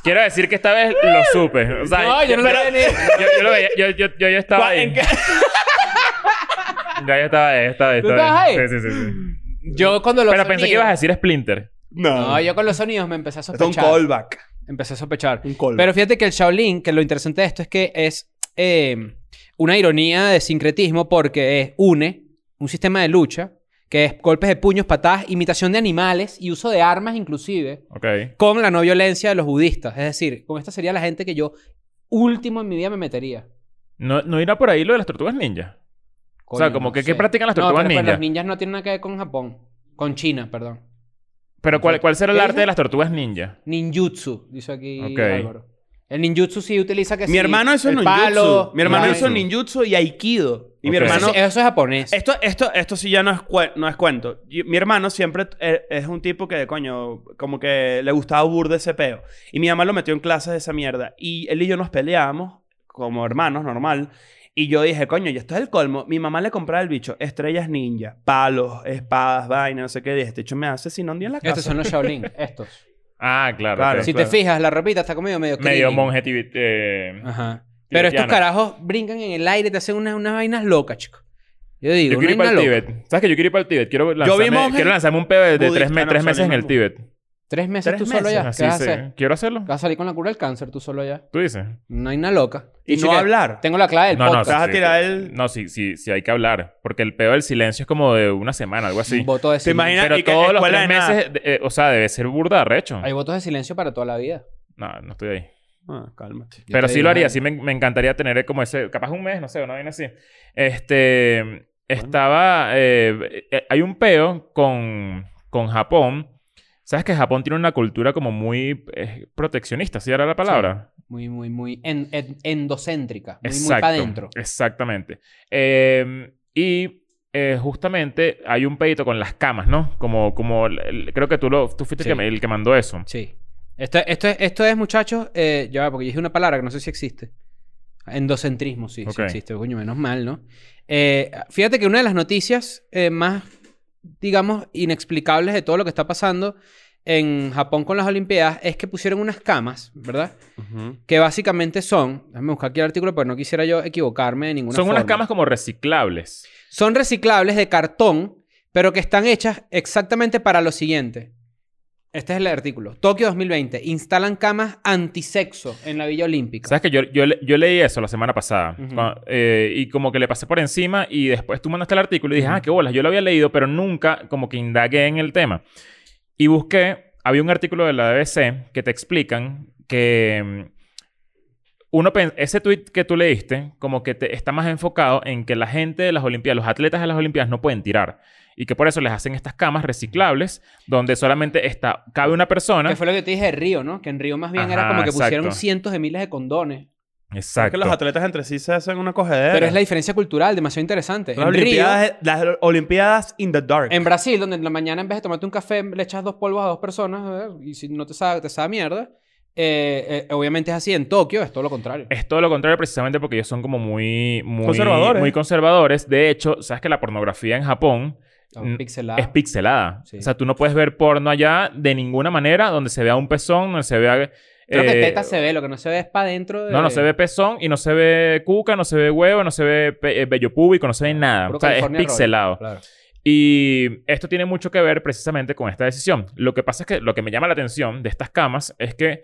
S2: Quiero decir que esta vez lo supe. O sea,
S4: No, yo no lo
S2: pero-
S4: veía
S2: Yo, yo lo veía. Yo, yo, yo, ya estaba
S3: ¿Cuál-
S2: ahí.
S3: en qué?
S2: Ya, ya estaba ahí. Estaba ahí
S4: ¿Tú
S2: estaba
S4: estabas ahí?
S2: Sí, sí, sí. sí.
S4: Yo cuando los
S2: Pero pensé que ibas a
S4: sonidos-
S2: decir Splinter.
S4: No, yo con los sonidos me empecé a
S3: Esto es un
S4: sospechar.
S3: callback.
S4: Empecé a sospechar.
S3: Un callback.
S4: Pero fíjate que el Shaolin, que lo interesante de esto es que es eh, una ironía de sincretismo porque es, une un sistema de lucha que es golpes de puños, patadas, imitación de animales y uso de armas inclusive
S2: Ok.
S4: con la no violencia de los budistas. Es decir, con esta sería la gente que yo último en mi vida me metería.
S2: No, no irá por ahí lo de las tortugas ninja. O sea,
S4: Coño,
S2: como
S4: no
S2: que
S4: sé.
S2: ¿qué practican las
S4: No,
S2: tortugas
S4: pero pues
S2: ninja?
S4: Los ninjas no tienen nada que ver con Japón. Con China, perdón.
S2: Pero ¿cuál, cuál será el
S4: ¿Qué
S2: arte
S4: dice?
S2: de las tortugas ninja?
S4: Ninjutsu, dice aquí
S2: Ok.
S4: Álvaro. El ninjutsu sí utiliza que
S3: Mi
S4: sí,
S3: hermano hizo
S4: el
S3: ninjutsu.
S4: palo,
S3: mi hermano
S4: la-
S3: hizo ninjutsu y aikido. Y mi
S2: Ok.
S3: hermano...
S4: Eso, eso es japonés.
S3: Esto, esto, esto sí ya no es, cue- no es cuento. Yo- mi hermano siempre eh, es un tipo que, coño, como que le gustaba burde ese peo. Y mi mamá lo metió en clases de esa mierda. Y él y yo nos peleábamos, como hermanos, normal. Y yo dije, coño, ya esto es el colmo. Mi mamá le compraba el bicho estrellas ninja, palos, espadas, vainas, no sé qué. Dije, este hecho me hace sin un día en la casa.
S4: Estos son los Shaolin, estos.
S2: Ah, claro.
S3: Claro.
S2: ok.
S4: si te fijas, la ropita está como medio medio
S2: Medio
S4: cleaning.
S2: monje tibi- eh,
S4: Ajá. Pero estos
S2: Tibetiano.
S4: carajos brincan en el aire, te hacen unas, unas vainas locas, chico. Yo digo,
S2: Yo quiero ir para
S4: una
S2: el
S4: vaina loca.
S2: Tíbet. ¿Sabes que yo quiero ir para el Tíbet? Quiero lanzarme,
S3: monje
S2: quiero lanzarme un pedo de, de tres,
S3: budista,
S2: me-
S3: no,
S2: tres
S3: soy
S2: meses en el
S3: monje.
S2: Tíbet.
S4: Tres meses
S3: Tres
S4: tú solo
S3: meses,
S4: allá.
S2: Así
S4: ¿Qué vas a
S2: se-
S4: hacer?
S2: ¿Quiero hacerlo?
S4: Vas a salir con la cura del cáncer tú solo allá.
S2: ¿Tú dices?
S4: Una vaina loca.
S3: Y
S4: Dice
S3: no
S4: que
S3: hablar.
S4: Tengo la clave del
S2: No, no,
S4: podcast.
S3: Vas a
S2: sí,
S3: tirar
S2: sí.
S3: el...
S2: No, sí, sí, sí, hay que hablar. Porque el pedo del silencio es como de una semana, algo así.
S4: Un voto de
S3: ¿Te
S4: silencio.
S3: imaginas?
S2: Pero
S3: Y que
S2: todos los
S3: escuela
S2: tres
S3: de nada.
S2: meses, de- eh, o sea, debe ser burda de arrecho.
S4: Hay votos de silencio para toda la vida.
S2: No, no estoy ahí.
S3: Ah, cálmate.
S4: Yo
S2: Pero
S4: te
S2: sí
S4: digo,
S2: lo haría,
S4: madre.
S2: sí me, me encantaría tener eh, como ese, capaz un mes, no sé, una vaina así. Este, estaba, eh, eh, hay un peo con, con Japón. ¿Sabes que Japón tiene una cultura como muy eh, proteccionista, si era la palabra?
S4: Muy, muy, muy en- en- endocéntrica. Muy, muy
S2: Exacto,
S4: para adentro.
S2: Exactamente. Eh, y eh, justamente hay un pedito con las camas, ¿no? Como, como el- el- creo que tú lo, tú fuiste
S4: Sí.
S2: el, que, me- el que mandó eso.
S4: Sí. Esto, esto, es, esto es, muchachos, eh, ya va, porque yo dije una palabra que no sé si existe. Endocentrismo, sí, sí
S2: Ok.
S4: existe. Coño, menos mal, ¿no? Eh, fíjate que una de las noticias eh, más, digamos, inexplicables de todo lo que está pasando en Japón con las Olimpiadas es que pusieron unas camas, ¿verdad? Que básicamente son, déjame buscar aquí el artículo, pero no quisiera yo equivocarme de ninguna
S2: Son unas
S4: forma.
S2: camas como reciclables.
S4: Son reciclables de cartón, pero que están hechas exactamente para lo siguiente. Este es el artículo. Tokio 2020. Instalan camas antisexo en la Villa Olímpica.
S2: ¿Sabes que yo, yo, le- yo leí eso la semana pasada?
S4: Ujú.
S2: Cuando- eh, y como que le pasé por encima y después tú mandaste el artículo y dije, ah, qué bolas, yo lo había leído, pero nunca como que indagué en el tema. Y busqué, había un artículo de la BBC que te explican que mm, uno pen- ese tweet que tú leíste como que te está más enfocado en que la gente de las Olimpiadas, los atletas de las Olimpiadas no pueden tirar. Y que por eso les hacen estas camas reciclables donde solamente está, cabe una persona.
S4: Que fue lo que te dije de Río, ¿no? Que en Río más bien era
S2: Ajá,
S4: como que pusieron
S2: exacto.
S4: cientos de miles de condones.
S2: Exacto.
S3: que los atletas entre sí se hacen una cogedera.
S4: Pero es la diferencia cultural, demasiado interesante.
S3: las
S4: En Río,
S3: olimpiadas, las Olimpiadas in the dark.
S4: en Brasil, donde en la mañana en vez de tomarte un café le echas dos polvos a dos personas eh, y si no te sabe, te sabe mierda. eh, eh, obviamente es así. En Tokio es todo lo contrario.
S2: Es todo lo contrario precisamente porque ellos son como muy... muy
S3: Conservadores.
S2: Muy conservadores. De hecho, ¿sabes que la pornografía en Japón
S4: Todo
S2: mm,
S4: pixelado.
S2: es pixelada?
S4: Ah. Sí.
S2: O sea, tú no puedes ver porno allá de ninguna manera donde se vea un pezón, donde se vea...
S4: Creo que
S2: eh,
S4: teta se ve, lo que no se ve es para adentro.
S2: No, no se ve pezón y no se ve cuca, no se ve huevo, no se ve pe- eh, vello púbico, no se ve nada.
S4: Puro
S2: O sea, es
S4: California Roll.
S2: pixelado.
S4: Claro.
S2: Y esto tiene mucho que ver precisamente con esta decisión. Lo que pasa es que lo que me llama la atención de estas camas es que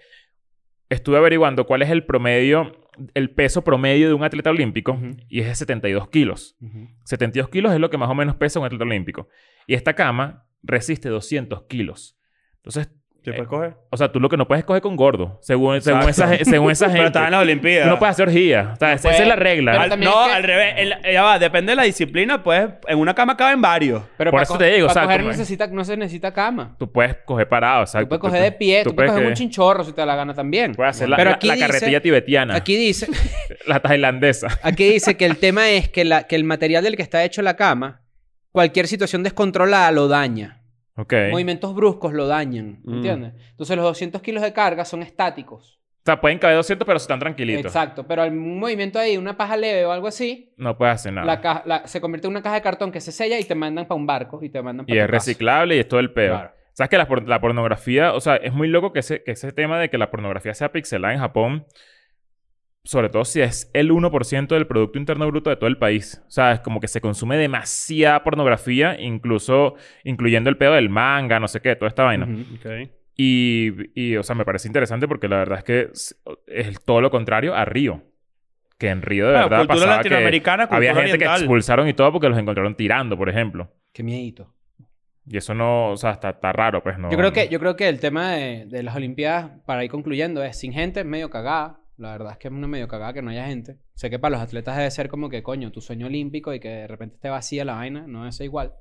S2: estuve averiguando cuál es el promedio, el peso promedio de un atleta olímpico
S4: Ujú.
S2: y es de 72 kilos. 72 kilos es lo que más o menos pesa un atleta olímpico. Y esta cama resiste 200 kilos. Entonces,
S3: ¿Te puedes coger?
S2: o sea, tú lo que no puedes es coger con gordo, según, Eh, según,
S3: Exacto.
S2: esa, según esa
S3: Pero
S2: gente.
S3: estás en las Olimpiadas.
S2: Tú no puedes hacer orgías. O sea, esa, esa es la regla.
S4: Pero
S3: Al-
S4: también
S3: no,
S4: es que-
S3: al revés. El- ya va, depende de la disciplina, pues en una cama caben varios.
S4: Pero
S2: Por
S4: para
S2: eso
S4: co-
S2: te digo,
S4: para
S2: o sea,
S4: coger
S2: como-
S4: necesita, no se necesita cama.
S2: Tú puedes coger parado, exacto.
S4: Tú puedes coger de pie, tú, puedes coger un chinchorro si te da la gana también.
S2: Puedes hacer la,
S4: Pero
S2: la-
S4: aquí
S2: la
S4: dice-
S2: carretilla tibetiana,
S4: Aquí dice,
S2: la tailandesa.
S4: aquí dice que el tema es que, la, que el material del que está hecho la cama, cualquier situación descontrolada lo daña.
S2: Ok.
S4: Movimientos bruscos lo dañan,
S3: Mm.
S4: ¿entiendes? Entonces los 200 kilos de carga son estáticos.
S2: O sea, pueden caber 200, pero están tranquilitos.
S4: Exacto, pero al movimiento ahí, una paja leve o algo así,
S2: No puedes hacer nada.
S4: la caja- la- se convierte en una caja de cartón que se sella y te mandan para un barco y te mandan para
S2: Y es reciclable y es todo el peor.
S4: Claro.
S2: ¿Sabes que la, por- la pornografía, o sea, es muy loco que ese, que ese tema de que la pornografía sea pixelada en Japón, sobre todo si es el 1% del Producto Interno Bruto de todo el país. O sea, es como que se consume demasiada pornografía, incluso incluyendo el pedo del manga, no sé qué, toda esta vaina. Y, y, o sea, me parece interesante porque la verdad es que es, es todo lo contrario a Río. Que en Río de
S3: Bueno,
S2: verdad
S3: cultura
S2: pasaba que
S3: latinoamericana, cultura
S2: había gente
S3: oriental.
S2: que expulsaron y todo porque los encontraron tirando, por ejemplo.
S4: Qué miedito.
S2: Y eso no, o sea, está, está raro, pues no.
S4: Yo creo que, yo creo que el tema de, de las Olimpiadas, para ir concluyendo, es sin gente, medio cagada. La verdad es que es una medio cagada que no haya gente. Sé que para los atletas debe ser como que, coño, tu sueño olímpico y que de repente esté vacía la vaina, no es igual.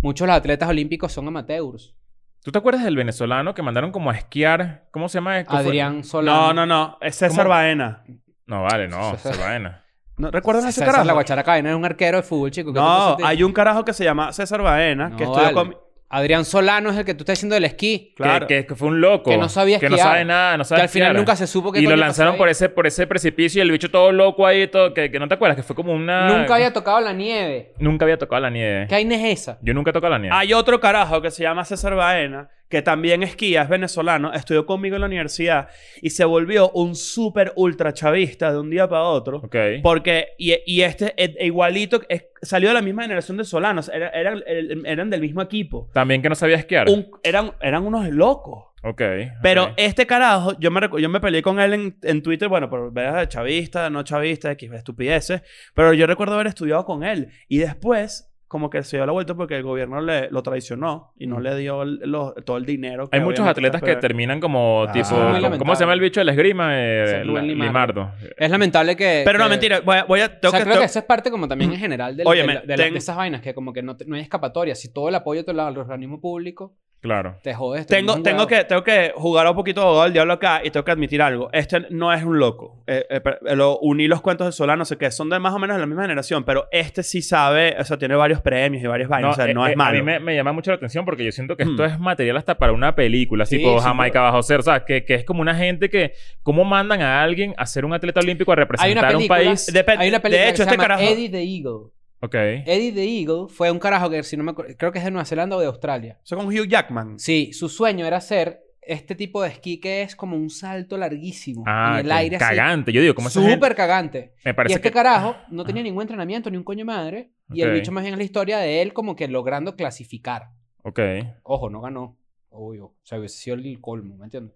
S4: Muchos de los atletas olímpicos son amateurs.
S2: ¿Tú te acuerdas del venezolano que mandaron como a esquiar? ¿Cómo se llama? ¿Qué fue?
S4: Adrián
S3: No,
S4: Solano.
S3: no, no. Es César
S4: ¿Cómo?
S3: Baena.
S2: No, vale, no. esa vaina.
S3: ¿No, ¿Recuerdan a ese
S4: César La
S3: carajo?
S4: Guachara Cadena es un arquero de fútbol, chico. ¿qué te
S3: No,
S4: pasa a ti?
S3: hay un carajo que se llama César Baena,
S4: No,
S3: que estudió
S4: vale.
S3: con...
S4: Adrián Solano es el que tú estás diciendo del esquí.
S3: Claro.
S2: Que, que fue un loco.
S4: Que no sabía
S2: Que no
S4: esquiar.
S2: sabe nada, no
S4: Que
S2: sabe
S4: al final
S2: esquiar.
S4: nunca se supo que
S2: Y lo lanzaron por ese, por ese precipicio y el bicho todo loco ahí, todo, que, que no te acuerdas, que fue como una...
S4: Nunca había tocado la nieve.
S2: Nunca había tocado la nieve.
S4: ¿Qué vaina es esa?
S2: Yo nunca he tocado la nieve.
S3: Hay otro carajo que se llama César Baena, que también esquía, es venezolano, estudió conmigo en la universidad y se volvió un súper ultra chavista de un día para otro.
S2: ok.
S3: Porque, y, y este e- e igualito, es- salió de la misma generación de Solanos, era- eran, el- eran del mismo equipo.
S2: También que no sabía esquiar.
S3: Un- eran, eran unos locos.
S2: Ok.
S3: Pero
S2: ok.
S3: este carajo, yo me, recu- yo me peleé con él en, en Twitter, bueno, por ver chavista, no chavista, X estupideces, pero yo recuerdo haber estudiado con él y después como que se dio la vuelta porque el gobierno le, lo traicionó y no le dio el- lo- todo el dinero. que
S2: Hay muchos
S3: obviamente
S2: atletas que
S3: espera.
S2: terminan como
S3: Ah.
S2: tipo...
S3: Eso es muy
S2: ¿cómo- ¿Cómo
S4: lamentable.
S2: se llama el bicho de la esgrima? Eh,
S4: Ese Rubén
S2: la-
S4: Limardo.
S2: Limardo.
S4: Es lamentable que...
S3: Pero no,
S4: que-
S3: mentira, voy a... voy a- tengo
S4: o sea,
S3: que-
S4: creo que
S3: tengo-
S4: eso es parte como también en general del- de,
S3: Óyeme,
S4: la- de la- de
S3: ten-
S4: esas vainas que como que no, te- no hay escapatoria. Si todo el apoyo te lo da el organismo público,
S2: Claro.
S4: te jodes. te
S3: Tengo,
S4: mandas un
S3: tengo,
S4: huevo.
S3: que, tengo que jugar un poquito abogado del diablo acá y tengo que admitir algo. Este no es un loco. Eh, eh, pero- eh, lo uní los cuentos de Solano, no sé qué. Son de más o menos de la misma generación, pero este sí sabe, o sea, tiene varios premios y varias vainas. o sea,
S2: eh,
S3: no
S2: eh,
S3: es malo.
S2: A mí me, me llama mucho la atención porque yo siento que
S3: Hmm.
S2: esto es material hasta para una película,
S4: Mm. Sí,
S2: tipo
S4: sí,
S2: Jamaica
S4: claro.
S2: bajo cero. O sea, que, que es como una gente que... ¿Cómo mandan a alguien a ser un atleta olímpico a
S4: Hay una
S2: representar un
S4: película,
S2: país?
S3: Depe-
S4: hay una
S3: de
S4: película
S3: hecho,
S4: que se
S3: este
S4: llama
S3: carajo-
S4: Eddie the Eagle.
S2: Ok.
S4: Eddie the Eagle fue un carajo que, si no me acuerdo, creo que es de Nueva Zelanda o de Australia.
S3: Eso con Hugh Jackman.
S4: Sí, su sueño era hacer este tipo de esquí que es como un salto larguísimo
S2: Ah,
S4: en
S2: que
S4: el aire así.
S2: cagante. Yo digo, ¿cómo esa gente-
S4: Súper cagante.
S2: Me parece
S4: y este
S2: que...
S4: carajo no tenía ningún entrenamiento ni un coño madre. Y el
S2: Ok.
S4: bicho más bien es la historia de él como que logrando clasificar.
S2: Ok.
S4: Ojo, no ganó. Obvio. O sea, hubiese sido el colmo, ¿me entiendes?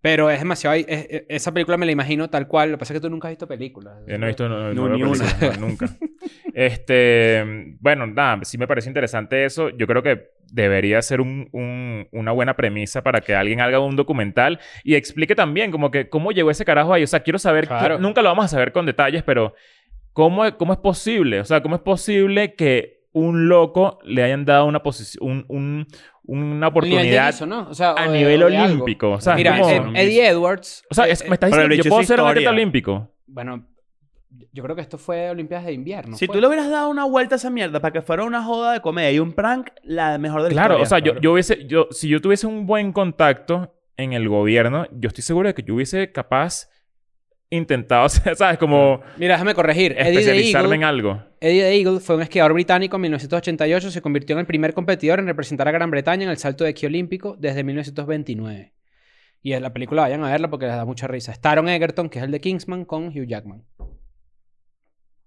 S4: Pero es demasiado... es- es- esa película me la imagino tal cual. Lo que pasa es que tú nunca has visto películas.
S2: Yo Eh, no he visto no,
S3: No,
S2: no
S3: ni
S2: veo películas, no, nunca. este, bueno, nada, sí me parece interesante eso. Yo creo que debería ser un- un- una buena premisa para que alguien haga un documental y explique también como que cómo llegó ese carajo ahí. O sea, quiero saber,
S4: Claro.
S2: nunca lo vamos a saber con detalles, pero ¿cómo, cómo es posible? O sea, ¿cómo es posible que un loco le hayan dado una posición, un, un- una
S4: Un nivel de
S2: oportunidad
S4: guiso, ¿no? O sea, o
S2: a
S4: de-
S2: nivel
S4: o de algo.
S2: olímpico? O sea, es
S4: Mira,
S2: como-
S4: eh, Eddie Edwards...
S2: o sea,
S4: eh,
S2: es- me estás
S3: Pero el
S2: diciendo,
S3: bicho
S2: yo puedo
S3: hizo
S2: ser un
S3: historia.
S2: atleta olímpico.
S4: Bueno, yo creo que esto fue Olimpiadas de Invierno.
S3: si
S4: fue.
S3: tú le hubieras dado una vuelta a esa mierda para que fuera una joda de comedia y un prank, la mejor de la
S2: Claro,
S3: historia,
S2: o sea, yo,
S3: cabrón.
S2: yo hubiese, yo, si yo tuviese un buen contacto en el gobierno, yo estoy seguro de que yo hubiese capaz intentado, o sea, ¿sabes? Como
S4: Mira, déjame corregir. Eddie de
S2: especializarme en
S4: Eagle,
S2: algo.
S4: Eddie the Eagle fue un esquiador británico en 1988. Se convirtió en el primer competidor en representar a Gran Bretaña en el salto de esquí olímpico desde 1929. Y en la película vayan a verla porque les da mucha risa. Está Taron Egerton, que es el de Kingsman, con Hugh Jackman.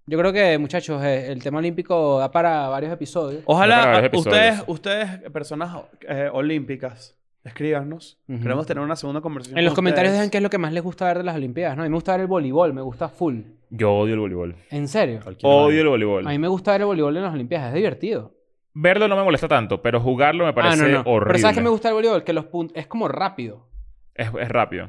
S4: Yo creo que, muchachos, eh, el tema olímpico da para varios episodios.
S2: Ya para
S3: Ojalá
S2: varios
S3: ustedes,
S2: episodios.
S3: ustedes, personas eh, olímpicas, escríbanos.
S4: Ujú.
S3: Queremos tener una segunda conversación.
S4: En los
S3: con
S4: comentarios
S3: ustedes.
S4: dejan qué es lo que más les gusta ver de las Olimpiadas, ¿no? A mí me gusta ver el voleibol, me gusta full.
S2: Yo odio el voleibol.
S4: ¿En serio?
S2: Odio el
S4: A mí
S2: voleibol.
S4: me gusta ver el voleibol en las Olimpiadas, es divertido.
S2: Verlo no me molesta tanto, pero jugarlo me parece
S4: ah, no, no.
S2: horrible.
S4: Pero ¿sabes qué me gusta el voleibol? Que los puntos... Es como rápido.
S2: Es, es rápido.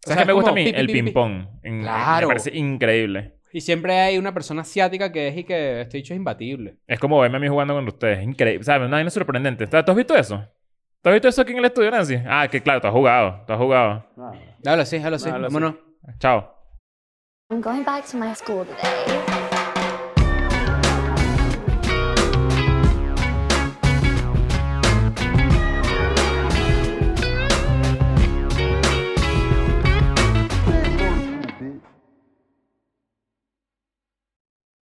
S4: sea,
S2: ¿Sabes qué
S4: es
S2: me gusta a
S4: como
S2: mí?
S4: pi, pi,
S2: el
S4: pi, pi.
S2: ping-pong. En-
S4: Claro.
S2: Me parece increíble.
S4: Y siempre hay una persona asiática que es y que este dicho es imbatible.
S2: Es como verme a mí jugando con ustedes. Es increíble. ¿Sabes? Una vaina sorprendente. ¿Tú has visto eso? ¿Tú has visto eso aquí en el estudio, Nancy? Ah, que claro, tú has jugado. Tú has jugado.
S3: Ah.
S4: Dale, sí, dale, sí.
S3: Dale, sí.
S4: Vámonos.
S2: Chao.
S1: I'm going back to my school today.